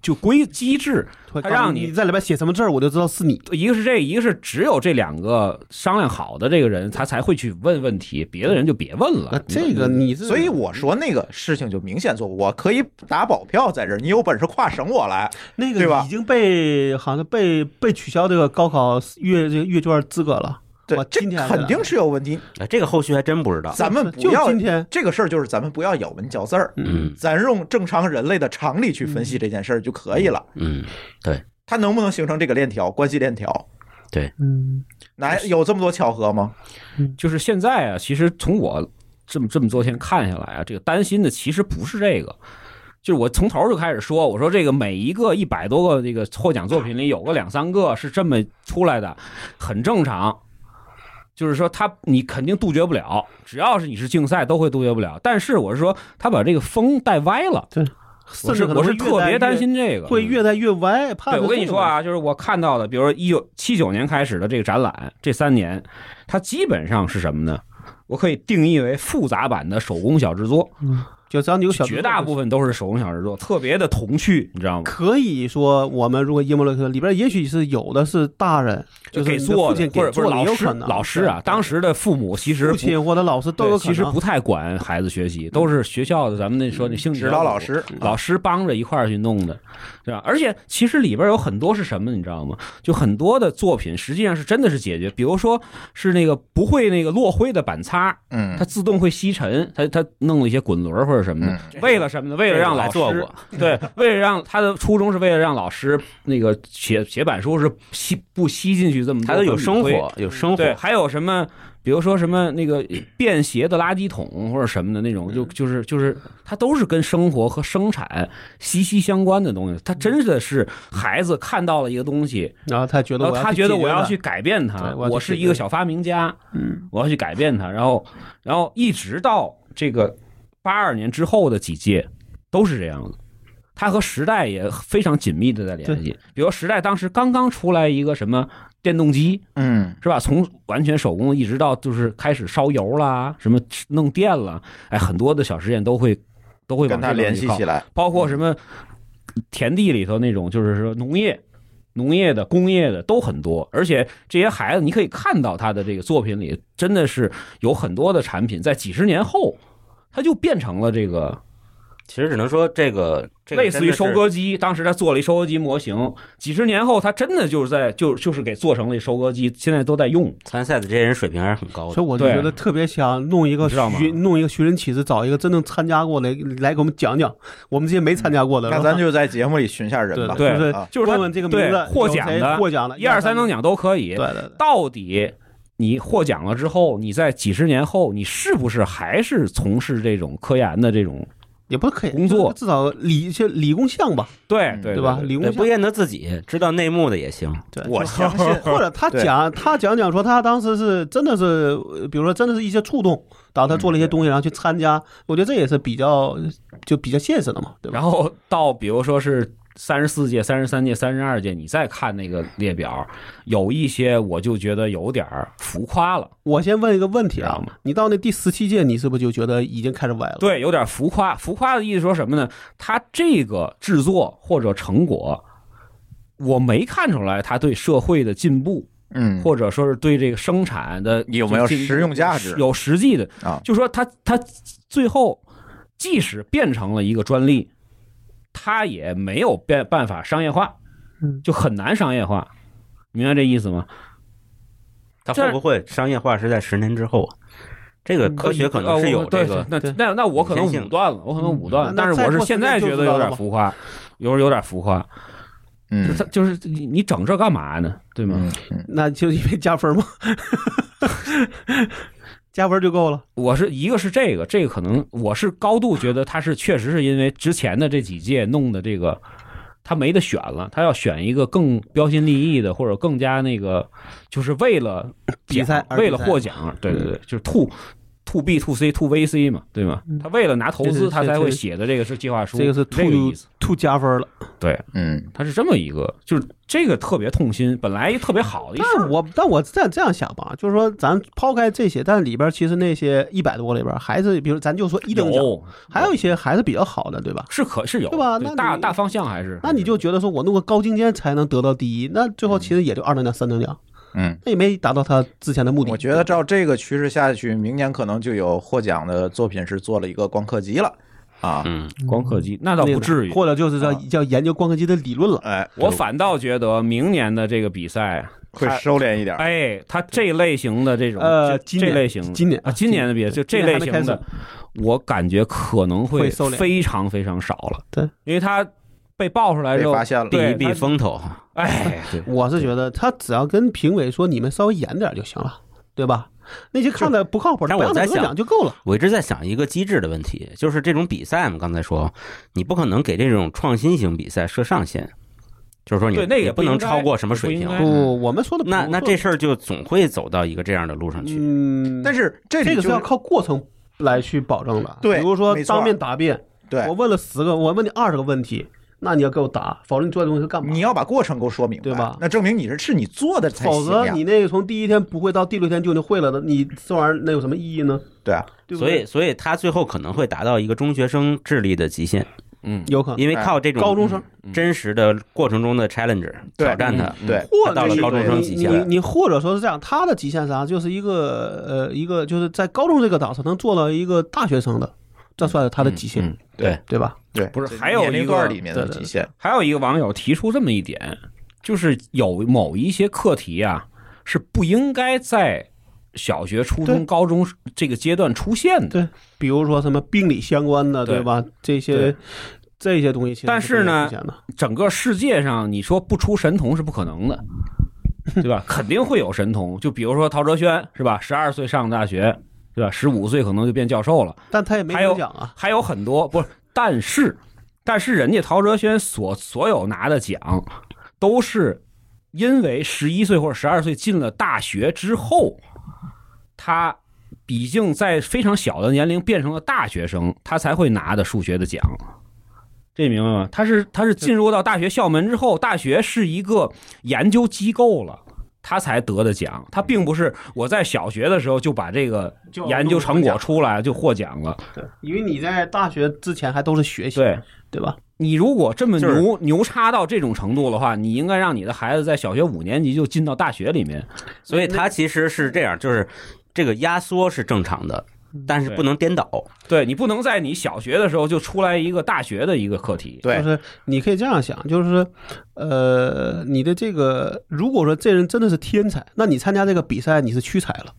D: 就规机制，
B: 会
D: 他
B: 告诉
D: 让
B: 你
D: 你
B: 在里边写什么字儿，我就知道是你。
D: 一个是这，一个是只有这两个商量好的这个人，他才会去问问题，别的人就别问
B: 那
D: 了。
B: 这个你是，
A: 所以我说那个事情就明显做，我可以打保票在这儿，你有本事跨省我来。
B: 那
A: 对
B: 个
A: 吧
B: 已经被好像被被取消这个高考阅这个阅卷资格了。
A: 对
B: 我，
A: 这
B: 今天还
A: 肯定是有问题。
C: 哎这个后续还真不知道。
A: 咱们不
B: 就
A: 要
B: 今天，
A: 这个事儿，就是咱们不要咬文嚼字儿，
C: 嗯
A: 咱用正常人类的常理去分
D: 嗯
A: 析这件事儿就可以了。
C: 嗯，
A: 它能不能形成这个链条、关系链条？
B: 嗯，
A: 哪有这么多巧合吗？
D: 就是现在啊，其实从我这么这么多天看下来啊，这个担心的其实不是这个。就是我从头就开始说，我说这个每一个一百多个这个获奖作品里有个两三个是这么出来的，很正常。就是说他你肯定杜绝不了，只要是你是竞赛都会杜绝不了。但是我是说他把这个风带歪了，
B: 甚
D: 我
B: 至
D: 是
B: 可能
D: 我是
B: 会越
D: 特
B: 带
D: 别
B: 越
D: 担，心这个
B: 会
D: 嗯
B: 越来越歪。怕
D: 对，
B: 是
D: 我跟你
B: 这
D: 说
B: 个
D: 啊，就是我看到的，比如说一九七九年开始的这个展览，这三年，它基本上是什么呢？我可以定义为复杂版的手工小制作，
B: 问题，嗯就只要你有小
D: 绝大部分都是手工小制作，特别的童趣，你知道吗？
B: 可以说，我们如果阴谋论科里边，也许是有的是大人，就是
D: 给
B: 你的
D: 做
B: 父
D: 的
B: 亲
D: 或者
B: 给
D: 不是
B: 做的，
D: 老
B: 也有
D: 师
B: 可能
D: 老师啊，当时的父母其实
B: 父
D: 不
B: 亲或者老师都有
D: 对
B: 可
D: 其
B: 能。嗯
D: 实不太管孩子学习，都是学校的咱们那说那兴趣
A: 指导老师，
D: 师。
C: 啊
D: 老师帮着一块儿去弄的，是吧？而且其实里边有很多是什么，你知道吗？就很多的作品实际上是真的是解决，比如说是那个不会那个落灰的板擦，
A: 嗯
D: 它，自动会吸尘，它它弄了一些滚轮或者什么的，
A: 嗯
D: 为了什么呢？为了让
C: 这个我还
D: 老
C: 做
D: 师
C: 过，
D: 对，为了让他的初衷是为了让老师那个写写板书是吸不吸进去这么多，
C: 他都有生。活，有 生
D: 对，
C: 活，
D: 还有什么，比如说什么 那个便携的垃圾桶或者什么的那种，
B: 嗯
D: 就就是就是，它都是跟生活和生产息息相关的东西。它真的是孩子看到了一个东西，
B: 然后他觉得
D: 然
B: 嗯我要
D: 后呃他
B: 去
D: 觉得
B: 解
D: 我
B: 决
D: 要
B: 它
D: 去，改变它，
B: 对我要去
D: 我
B: 解
D: 是
B: 决
D: 一个
B: 它
D: 小发明家，
B: 嗯，
D: 我要去改变它。然后，然后一直到这个八二年之后的几届都是这样的。它和时代也非常紧密的在联系，比如时代当时刚刚出来一个什么电动机，
A: 嗯，
D: 是吧？从完全手工一直到就是开始烧油啦，什么弄电了，哎，很多的小实验都会都会
A: 跟
D: 往
A: 他
D: 这
A: 联系起
D: 来，
A: 来，
D: 包括什么田地里头那种，就是说农业。农业的、工业的都很多，而且这些孩子，你可以看到他的这个作品里，真的是有很多的产品，在几十年后，它就变成了这个
C: 其实只能说这个这个
D: 类似于
C: 真
D: 收
C: 的是
D: 割机，当时他做了一收割机模型，几十年后，他真的就是在就就是给做成了一收割机，现在都在用。
C: 参赛的这些人水平还是很
A: 哦
C: 高的
B: 所以。我就
D: 对
B: 觉得特别想弄一个
D: 你知道吗
B: 寻弄一个寻人启事，找一个真正参加过来来给我们讲讲，我们这些没参加过的，
A: 嗯那
B: 然
A: 咱
B: 后
A: 就在节目里寻下人吧。
D: 对
B: 就是
A: 啊
D: 就是他
B: 问问这个名字
D: 对获
B: 有
D: 奖
B: 谁
D: 的
B: 获奖的
D: 一二三等奖都可
B: 对。
D: 以
B: 对对，
D: 到底你获奖了之后，你在几十年后，你是不是还是从事这种科研的这种？
B: 也不是可以
D: 工作
B: 至少理一些理工项吧，
D: 对
A: 嗯
D: 对
B: 对吧？理工
C: 对，不
B: 项，
C: 见得自己知道内幕的也行。
B: 对
A: 我相信，
B: 或者他
A: 对
B: 讲，他讲讲说他当时是真的是，呃比如说真的是一些触动，导致他
A: 嗯
B: 做了一些东西，然后去参加，我觉得这也是比较就比较现实的嘛，对吧？
D: 然后到比如说是三十四届、三十三届、三十二届，你再看那个列表，有一些我就觉得有点儿浮夸了。
B: 我先问一个问题
D: 知
B: 啊
D: 道吗，
B: 你到那第十七届，你是不是就觉得已经开始歪了？，
D: 对，有点浮夸。浮夸的意思说什么呢？他这个制作或者成果，我没看出来他对社会的进步，
A: 嗯，
D: 或者说是对这个生产的
A: 有没有
D: 进
A: 实用价值
D: 有实际的
A: 啊
D: 就说他他最后即使变成了一个专利，他也没有变办法商业化
B: 嗯，
D: 就很难商业化。明白这意思吗？
C: 它
D: 这嗯
C: 会不会商业化是在十年之后啊？这个科学可能是有这
D: 呃
C: 个
D: 我，对
B: 对
D: 那那那我可能
C: 隐性
D: 武断了，我可能武断了
B: 嗯，
D: 但是
B: 那
D: 我
B: 再
D: 是
B: 过
D: 现
B: 四年
D: 在
B: 就
D: 觉得
B: 知道了
D: 有点
B: 嘛
D: 浮夸，有有点浮夸。就
A: 嗯
D: 他就是你你整这干嘛呢？对吗？
A: 嗯嗯
B: 那就因为加分嘛， 加分就够了。
D: 我是一个是这个，这个可能我是高度觉得他是确实是因为之前的这几届弄的这个，他没得选了，他要选一个更标新立异的，或者更加那个，就是为了
B: 比赛
D: 奖
B: 而
D: 为了
B: 比赛嗯
D: 获奖，对对对，就是 to to B to C to VC 嘛，对吗？他为了拿投
B: 这是
D: 资，他
B: 这
D: 才会
B: 这
D: 写的这个是计划书，
B: 这个是 to
D: 这个意思。
B: to 处加分了。
D: 对，
A: 嗯，
D: 它是这么一个，就是这个特别痛心。本来一特别好的一事
B: 但
D: 儿，
B: 我但我这样这样想吧，就是说咱抛开这些，但里边其实那些一百多里边还是，比如咱就说一等奖，
D: 有
B: 还有一些还是比较好的，对吧？
D: 是可是有
B: 对吧那你
D: 大大方向还是
B: 那你就觉得说我弄个高精尖才能得到第一，那最后其实也就二等奖、三等奖，
A: 嗯，
B: 那也没达到他之前的目的。
A: 我觉得照这个趋势下去，明年可能就有获奖的作品是做了一个光刻机了啊。
C: 嗯，
D: 光刻机，那倒不至于。
B: 或者就是叫
A: 啊
B: 叫研究光刻机的理论了。
A: 哎，
D: 我反倒觉得明年的这个比赛，啊
A: 会收敛一点。
D: 哎，它这类型的这种
B: 呃
D: 这
B: 今
D: 这
B: 年
D: 类型的
B: 今年
D: 啊，今年的比赛就这类
B: 今年
D: 型
B: 还没
D: 的
B: 开，
D: 我感觉可能
B: 会
D: 会
B: 收敛
D: 非常非常少了。
B: 对，
D: 因为它被爆出来之
A: 被
D: 后
A: 发现了
C: 避
D: 对
C: 一避
D: 它
C: 风头，啊
D: 哎，对，
B: 我是觉得他只要跟评委说你们稍微严点就行了，对吧？那些看的不靠谱的，
C: 但
B: 不
C: 我
B: 让他
C: 在
B: 得
C: 想
B: 奖就够了。
C: 我一直在想一个机制的问题，就是这种比赛嘛，刚才说你不可能给这种创新型比赛设上限，就是说你
D: 对那个
C: 也
D: 不
C: 不能
D: 应该
C: 超过什么水
D: 不应
C: 平
D: 该。
B: 不，我们说的
C: 那那这
B: 是
C: 事儿就总会走到一个这样的路上去。
B: 嗯，
A: 但是这
B: 这
A: 里
B: 个
A: 就是
B: 要靠过程来去保证的。
A: 对
B: 比如说
A: 没错
B: 当面答辩，
A: 对
B: 我，问了十个，我问你二十个问题，那你要给我答，否则你做这东西干嘛
A: 你？要把过程给我说明白，
B: 对吧
A: 那证明你是是你做的才
B: 否
A: 行
B: 则
A: 呀
B: 你。那个从第一天不会到第六天就能会了的，你这玩意儿那有什么意义呢？
A: 对啊，
B: 对不
C: 所以，
B: 对？
C: 所以他最后可能会达到一个中学生智力的极限，
D: 嗯，
B: 有可能
C: 因为靠这种嗯
B: 高中生
C: 真实的过程中的 challenge
A: 对
C: 挑战他
D: 嗯，
A: 对，
B: 或
C: 到
B: 者
C: 了
B: 是
C: 高中生极限
B: 你
C: 了
B: 你你或者说是这样，他的极限是啥？就是一个呃一个就是在高中这个档次能做到一个大学生的，这算是他的极限，
D: 嗯
A: 对
B: 对吧？
A: 对，
D: 不是
A: 这
D: 还有
A: 年龄
D: 一个
A: 段里面的
B: 对对
A: 极限，
D: 还有一个网友提出这么一点，就是有某一些课题啊，是不应该在小学、初
B: 对
D: 中、高中这个阶段出现的。
B: 对比如说什么病理相关的，
D: 对
B: 对吧？这些
D: 对
B: 这些东西其实
D: 但
B: 是
D: 是呢
B: 不能出现的
D: 整个世界上，你说不出神童是不可能的，对吧？肯定会有神童，就比如说陶哲轩是吧？十二岁上大学，对吧？十五岁可能就变教授了，
B: 但他也没
D: 还有
B: 得奖啊。
D: 还有很多不是，但是，但是人家陶哲轩所所有拿的奖，都是因为十一岁或者十二岁进了大学之后，他已经在非常小的年龄变成了大学生，他才会拿的数学的奖。这你明白吗？他是他是进入到大学校门之后，大学是一个研究机构了。他才得的奖，他并不是我在小学的时候就把这个
B: 就
D: 研究成
B: 弄
D: 果
B: 获奖
D: 出来就获奖了。
B: 对，因为你在大学之前还都是学习，
D: 对，
B: 对吧？
D: 你如果这么牛、
C: 就是
D: 牛叉到这种程度的话，你应该让你的孩子在小学五年级就进到大学里面。
C: 所以他其实是这样，就是这个压缩是正常的，
B: 嗯
C: 但是不能颠倒。
D: 对你不能在你小学的时候就出来一个大学的一个课题。
A: 对
B: 就是你可以这样想，就是呃，你的这个如果说这人真的是天才，那你参加这个比赛你是屈才了，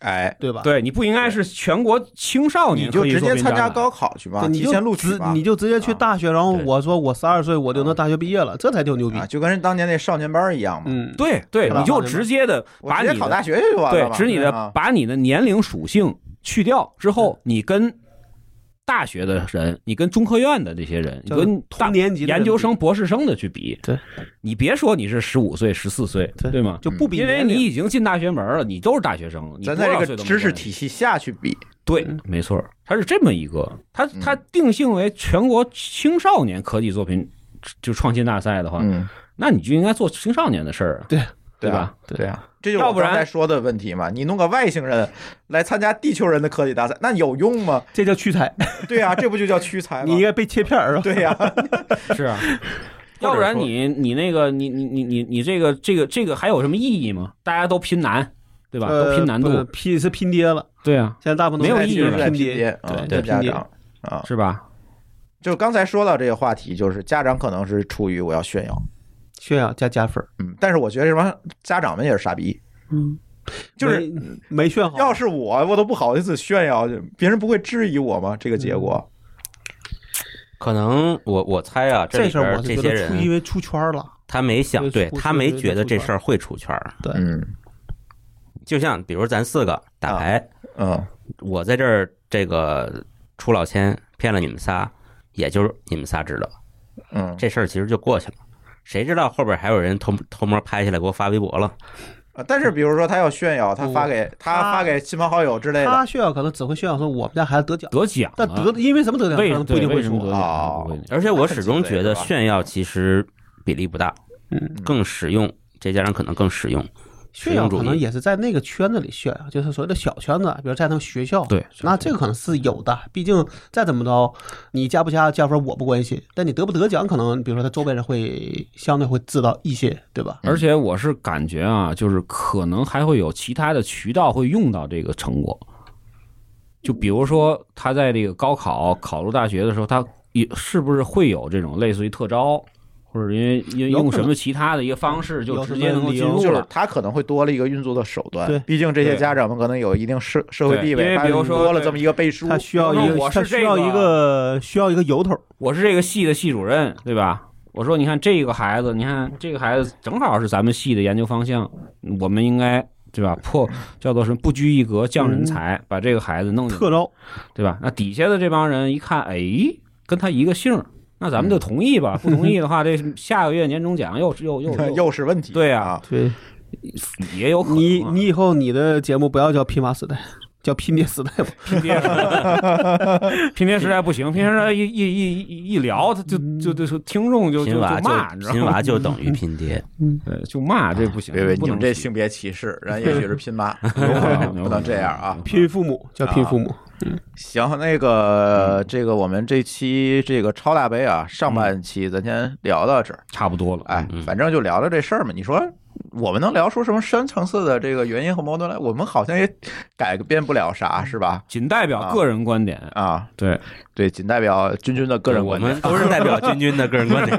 A: 哎，
B: 对吧？
D: 对你不应该是全国青少
A: 你
D: 年
A: 就
D: 可以
A: 直
D: 作
A: 接
D: 为
A: 参加
D: 展览
A: 高考去嘛，
B: 对，你
A: 提
B: 就
A: 前录取啊
B: 直
A: 嘛
B: 你，就直接去大学，然后
C: 对
B: 我说我十二岁我就能大学毕业了，这才叫牛逼
A: 啊，。就跟人当年那少年班一样嘛，
B: 嗯，
D: 对对，
B: 对吧
D: 你就直接的
A: 我
D: 把
A: 直
D: 你
A: 接考大
D: 的
A: 学去就完了
D: 对
A: 嘛，，
D: 指你的
A: 啊
D: 把你的年龄属性去掉之后，
A: 嗯
D: 你跟大学的人，你跟中科院的这些人，你
B: 叫
D: 跟大
B: 同年级的人
D: 研究
B: 比
D: 生、博士生的去比，
B: 对，
D: 你别说你是十五岁、十四岁，
B: 对
D: 对吗？
B: 就不比
D: 因为
B: 年龄
D: 你已经进大学门了，你都是大学生，你
A: 咱在
D: 多
A: 这
D: 少岁
A: 个
D: 都没
A: 知识
D: 关系
A: 体系下去比，
D: 对，
B: 嗯
D: 没错，它是这么一个，它它定性为全国青少年科技作品就创新大赛的话，
A: 嗯，
D: 那你就应该做青少年的事儿啊，对
A: 对
D: 吧
A: 吧？？对啊，这就是
D: 要
A: 我
D: 不然
A: 刚才说的问题嘛。你弄个外星人来参加地球人的科技大赛，那有用吗？
B: 这叫屈才，
A: 对啊，这不就叫屈才
B: 你
A: 吗
B: 应？该被切片儿是吧？啊
A: 对呀、
D: 是 啊。要不然你你那个你你你你你这个这个这个还有什么意义吗？大家都拼难，对吧？
B: 呃
D: 都拼难
B: 不是
D: 度，
B: 拼是拼爹了，
D: 对啊，
B: 现在大部分
D: 没有
B: 都
D: 意义
B: 是
D: 了
A: 在
B: 拼
A: 拼
B: 爹
A: 爹，，嗯，
B: 对，
A: 对
B: 拼
A: 家
B: 爹。
A: 长啊，
D: 是吧？
A: 就刚才说到这个话题，就是家长可能是出于我要炫耀，
B: 炫耀加加分儿，
A: 嗯，但是我觉得这帮家长们也是傻逼，嗯，就是
B: 没没炫好，
A: 要是我，我都不好意思炫耀，别人不会质疑我吗？这个结果，
C: 可能我我猜啊，
B: 这
C: 里
B: 事儿
C: 边
B: 我是觉
C: 这些
B: 得出因
C: 人
B: 为出圈了，
C: 他没想，
B: 这
C: 对
B: 出
C: 他没觉得这事儿会出圈儿。
B: 对，
A: 嗯
C: 就像比如咱四个
D: 啊
C: 打牌，
A: 嗯，
C: 我在这儿这个出老千骗了你们仨，也就是你们仨知道
A: 嗯，
C: 这事儿，其实就过去了。谁知道后边还有人偷偷摸拍下来给我发微博了，
A: 啊但是比如说他要炫耀，他发给他
B: 他
A: 发给亲朋好友之类的，
B: 他炫耀可能只会炫耀说我们家孩子得奖，
D: 得奖了，
B: 但得因为什么得奖
D: 啊为
B: 可能不一定会
D: 为什么
B: 说啊
D: 得奖
A: 哦
D: 不一定
C: 而且我始终觉得炫耀其实比例不大，
B: 嗯
C: 更实用，这家长可能更实用。
B: 炫耀
C: 实用主义
B: 可能也是在那个圈子里炫耀，就是所谓的小圈子，啊比如在他们学校。
D: 对
B: 那这个可能是有的，毕竟再怎么着，你加不加加分我不关心，但你得不得奖，可能比如说他周边人会相对会知道一些，对吧？
D: 而且我是感觉啊，就是可能还会有其他的渠道会用到这个成果，就比如说他在这个高考考入大学的时候，他也是不是会有这种类似于特招，或者因为因为
B: 有可能
D: 用什么其他的一个方式就
B: 有什
D: 直
B: 么
D: 接能够
B: 理
D: 进
B: 由
D: 入
A: 就是
D: 了。
A: 他可能会多了一个运作的手
B: 对
A: 段。毕竟这些
D: 对
A: 家长们可能有一定社社会
D: 对
A: 地
D: 因
A: 位，
D: 为
A: 他
D: 比如说
A: 多了
D: 对
A: 这么一个背书
B: 他。需要一
D: 那
B: 个，
D: 我
B: 他
D: 是
B: 需要
D: 这个
B: 一个需要一个由头，
D: 我是这个系的系主任，对吧？我说，你看这个孩子，你看这个孩子正好是咱们系的研究方向，我们应该对吧？破叫做什么不拘一格降人才，
B: 嗯
D: 把这个孩子弄进来
B: 特招。
D: 对吧？那底下的这帮人一看，哎，跟他一个姓儿，那
A: 嗯
D: 咱们就同意吧。不同意 的话，这下个月年终奖又又又又
A: 又是问题，
D: 对啊
A: 啊，
B: 对
D: 也有可能啊
B: 你，你以后你的节目不要叫拼发时代，叫拼爹时代 吧。
D: 拼爹时代，拼爹时代不行，拼爹时代一一一一一聊，他就就就就听众就就
C: 拼
D: 就
C: 娃
D: 骂，你知道
C: 拼娃
D: 吗？
C: 就等于 拼爹，
D: 对，就骂这不行，
A: 别别，
D: 不
A: 你
D: 能
A: 们这
D: 提
A: 性别歧视， 人也许是拼妈，有
D: 有
A: 可
D: 可
A: 能
D: 能
A: 不能这样啊。
B: 拼父母叫拼父
D: 啊
B: 母，
A: 行，那
C: 嗯
A: 个这个我们这期这个超大杯啊，上半期咱先聊到这儿，
D: 差不多了，
A: 哎
C: 嗯，
A: 反正就聊聊这事儿嘛。你说我们能聊出什么深层次的这个原因和矛盾来？我们好像也改变不了啥，是吧？
D: 仅代表个人观点，
A: 啊，
D: 对，
A: 对，仅代表君君的个人
C: 我
A: 观点
C: 们。都是代表君君的个人 观点。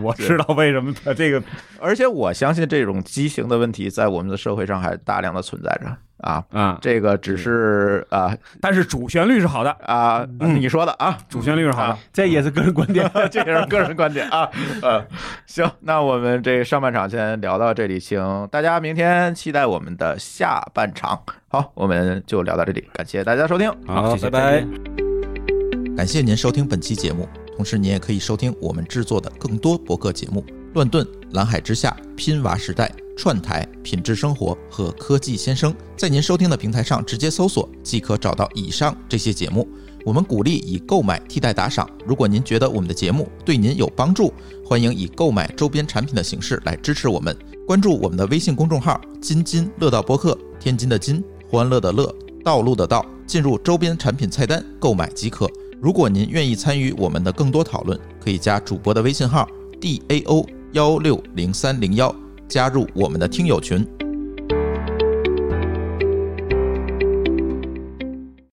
D: 我知道为什么他这个
A: 而且我相信这种畸形的问题在我们的社会上还大量的存在着啊。
D: 啊，
A: 这个只是啊
D: 但是主旋律是好的，
A: 啊，
C: 嗯
A: 你说的啊，
D: 主旋律是好的
A: 啊，
B: 这也是个人观点。
A: 这也是个人观点啊。呃，行，那我们这上半场先聊到这里，请大家明天期待我们的下半场。好，我们就聊到这里，感谢大家收听。
D: 好
C: 好，
D: 谢谢
C: 拜
D: 再
C: 拜
D: 见。
E: 感谢您收听本期节目，同时您也可以收听我们制作的更多博客节目：乱炖、蓝海之下、拼娃时代、串台、品质生活和科技先生。在您收听的平台上直接搜索，即可找到以上这些节目。我们鼓励以购买替代打赏。如果您觉得我们的节目对您有帮助，欢迎以购买周边产品的形式来支持我们。关注我们的微信公众号“津津乐道播客”，天津的津，欢乐的乐，道路的道，进入周边产品菜单购买即可。如果您愿意参与我们的更多讨论，可以加主播的微信号 d a o 幺六零三零幺，加入我们的听友群。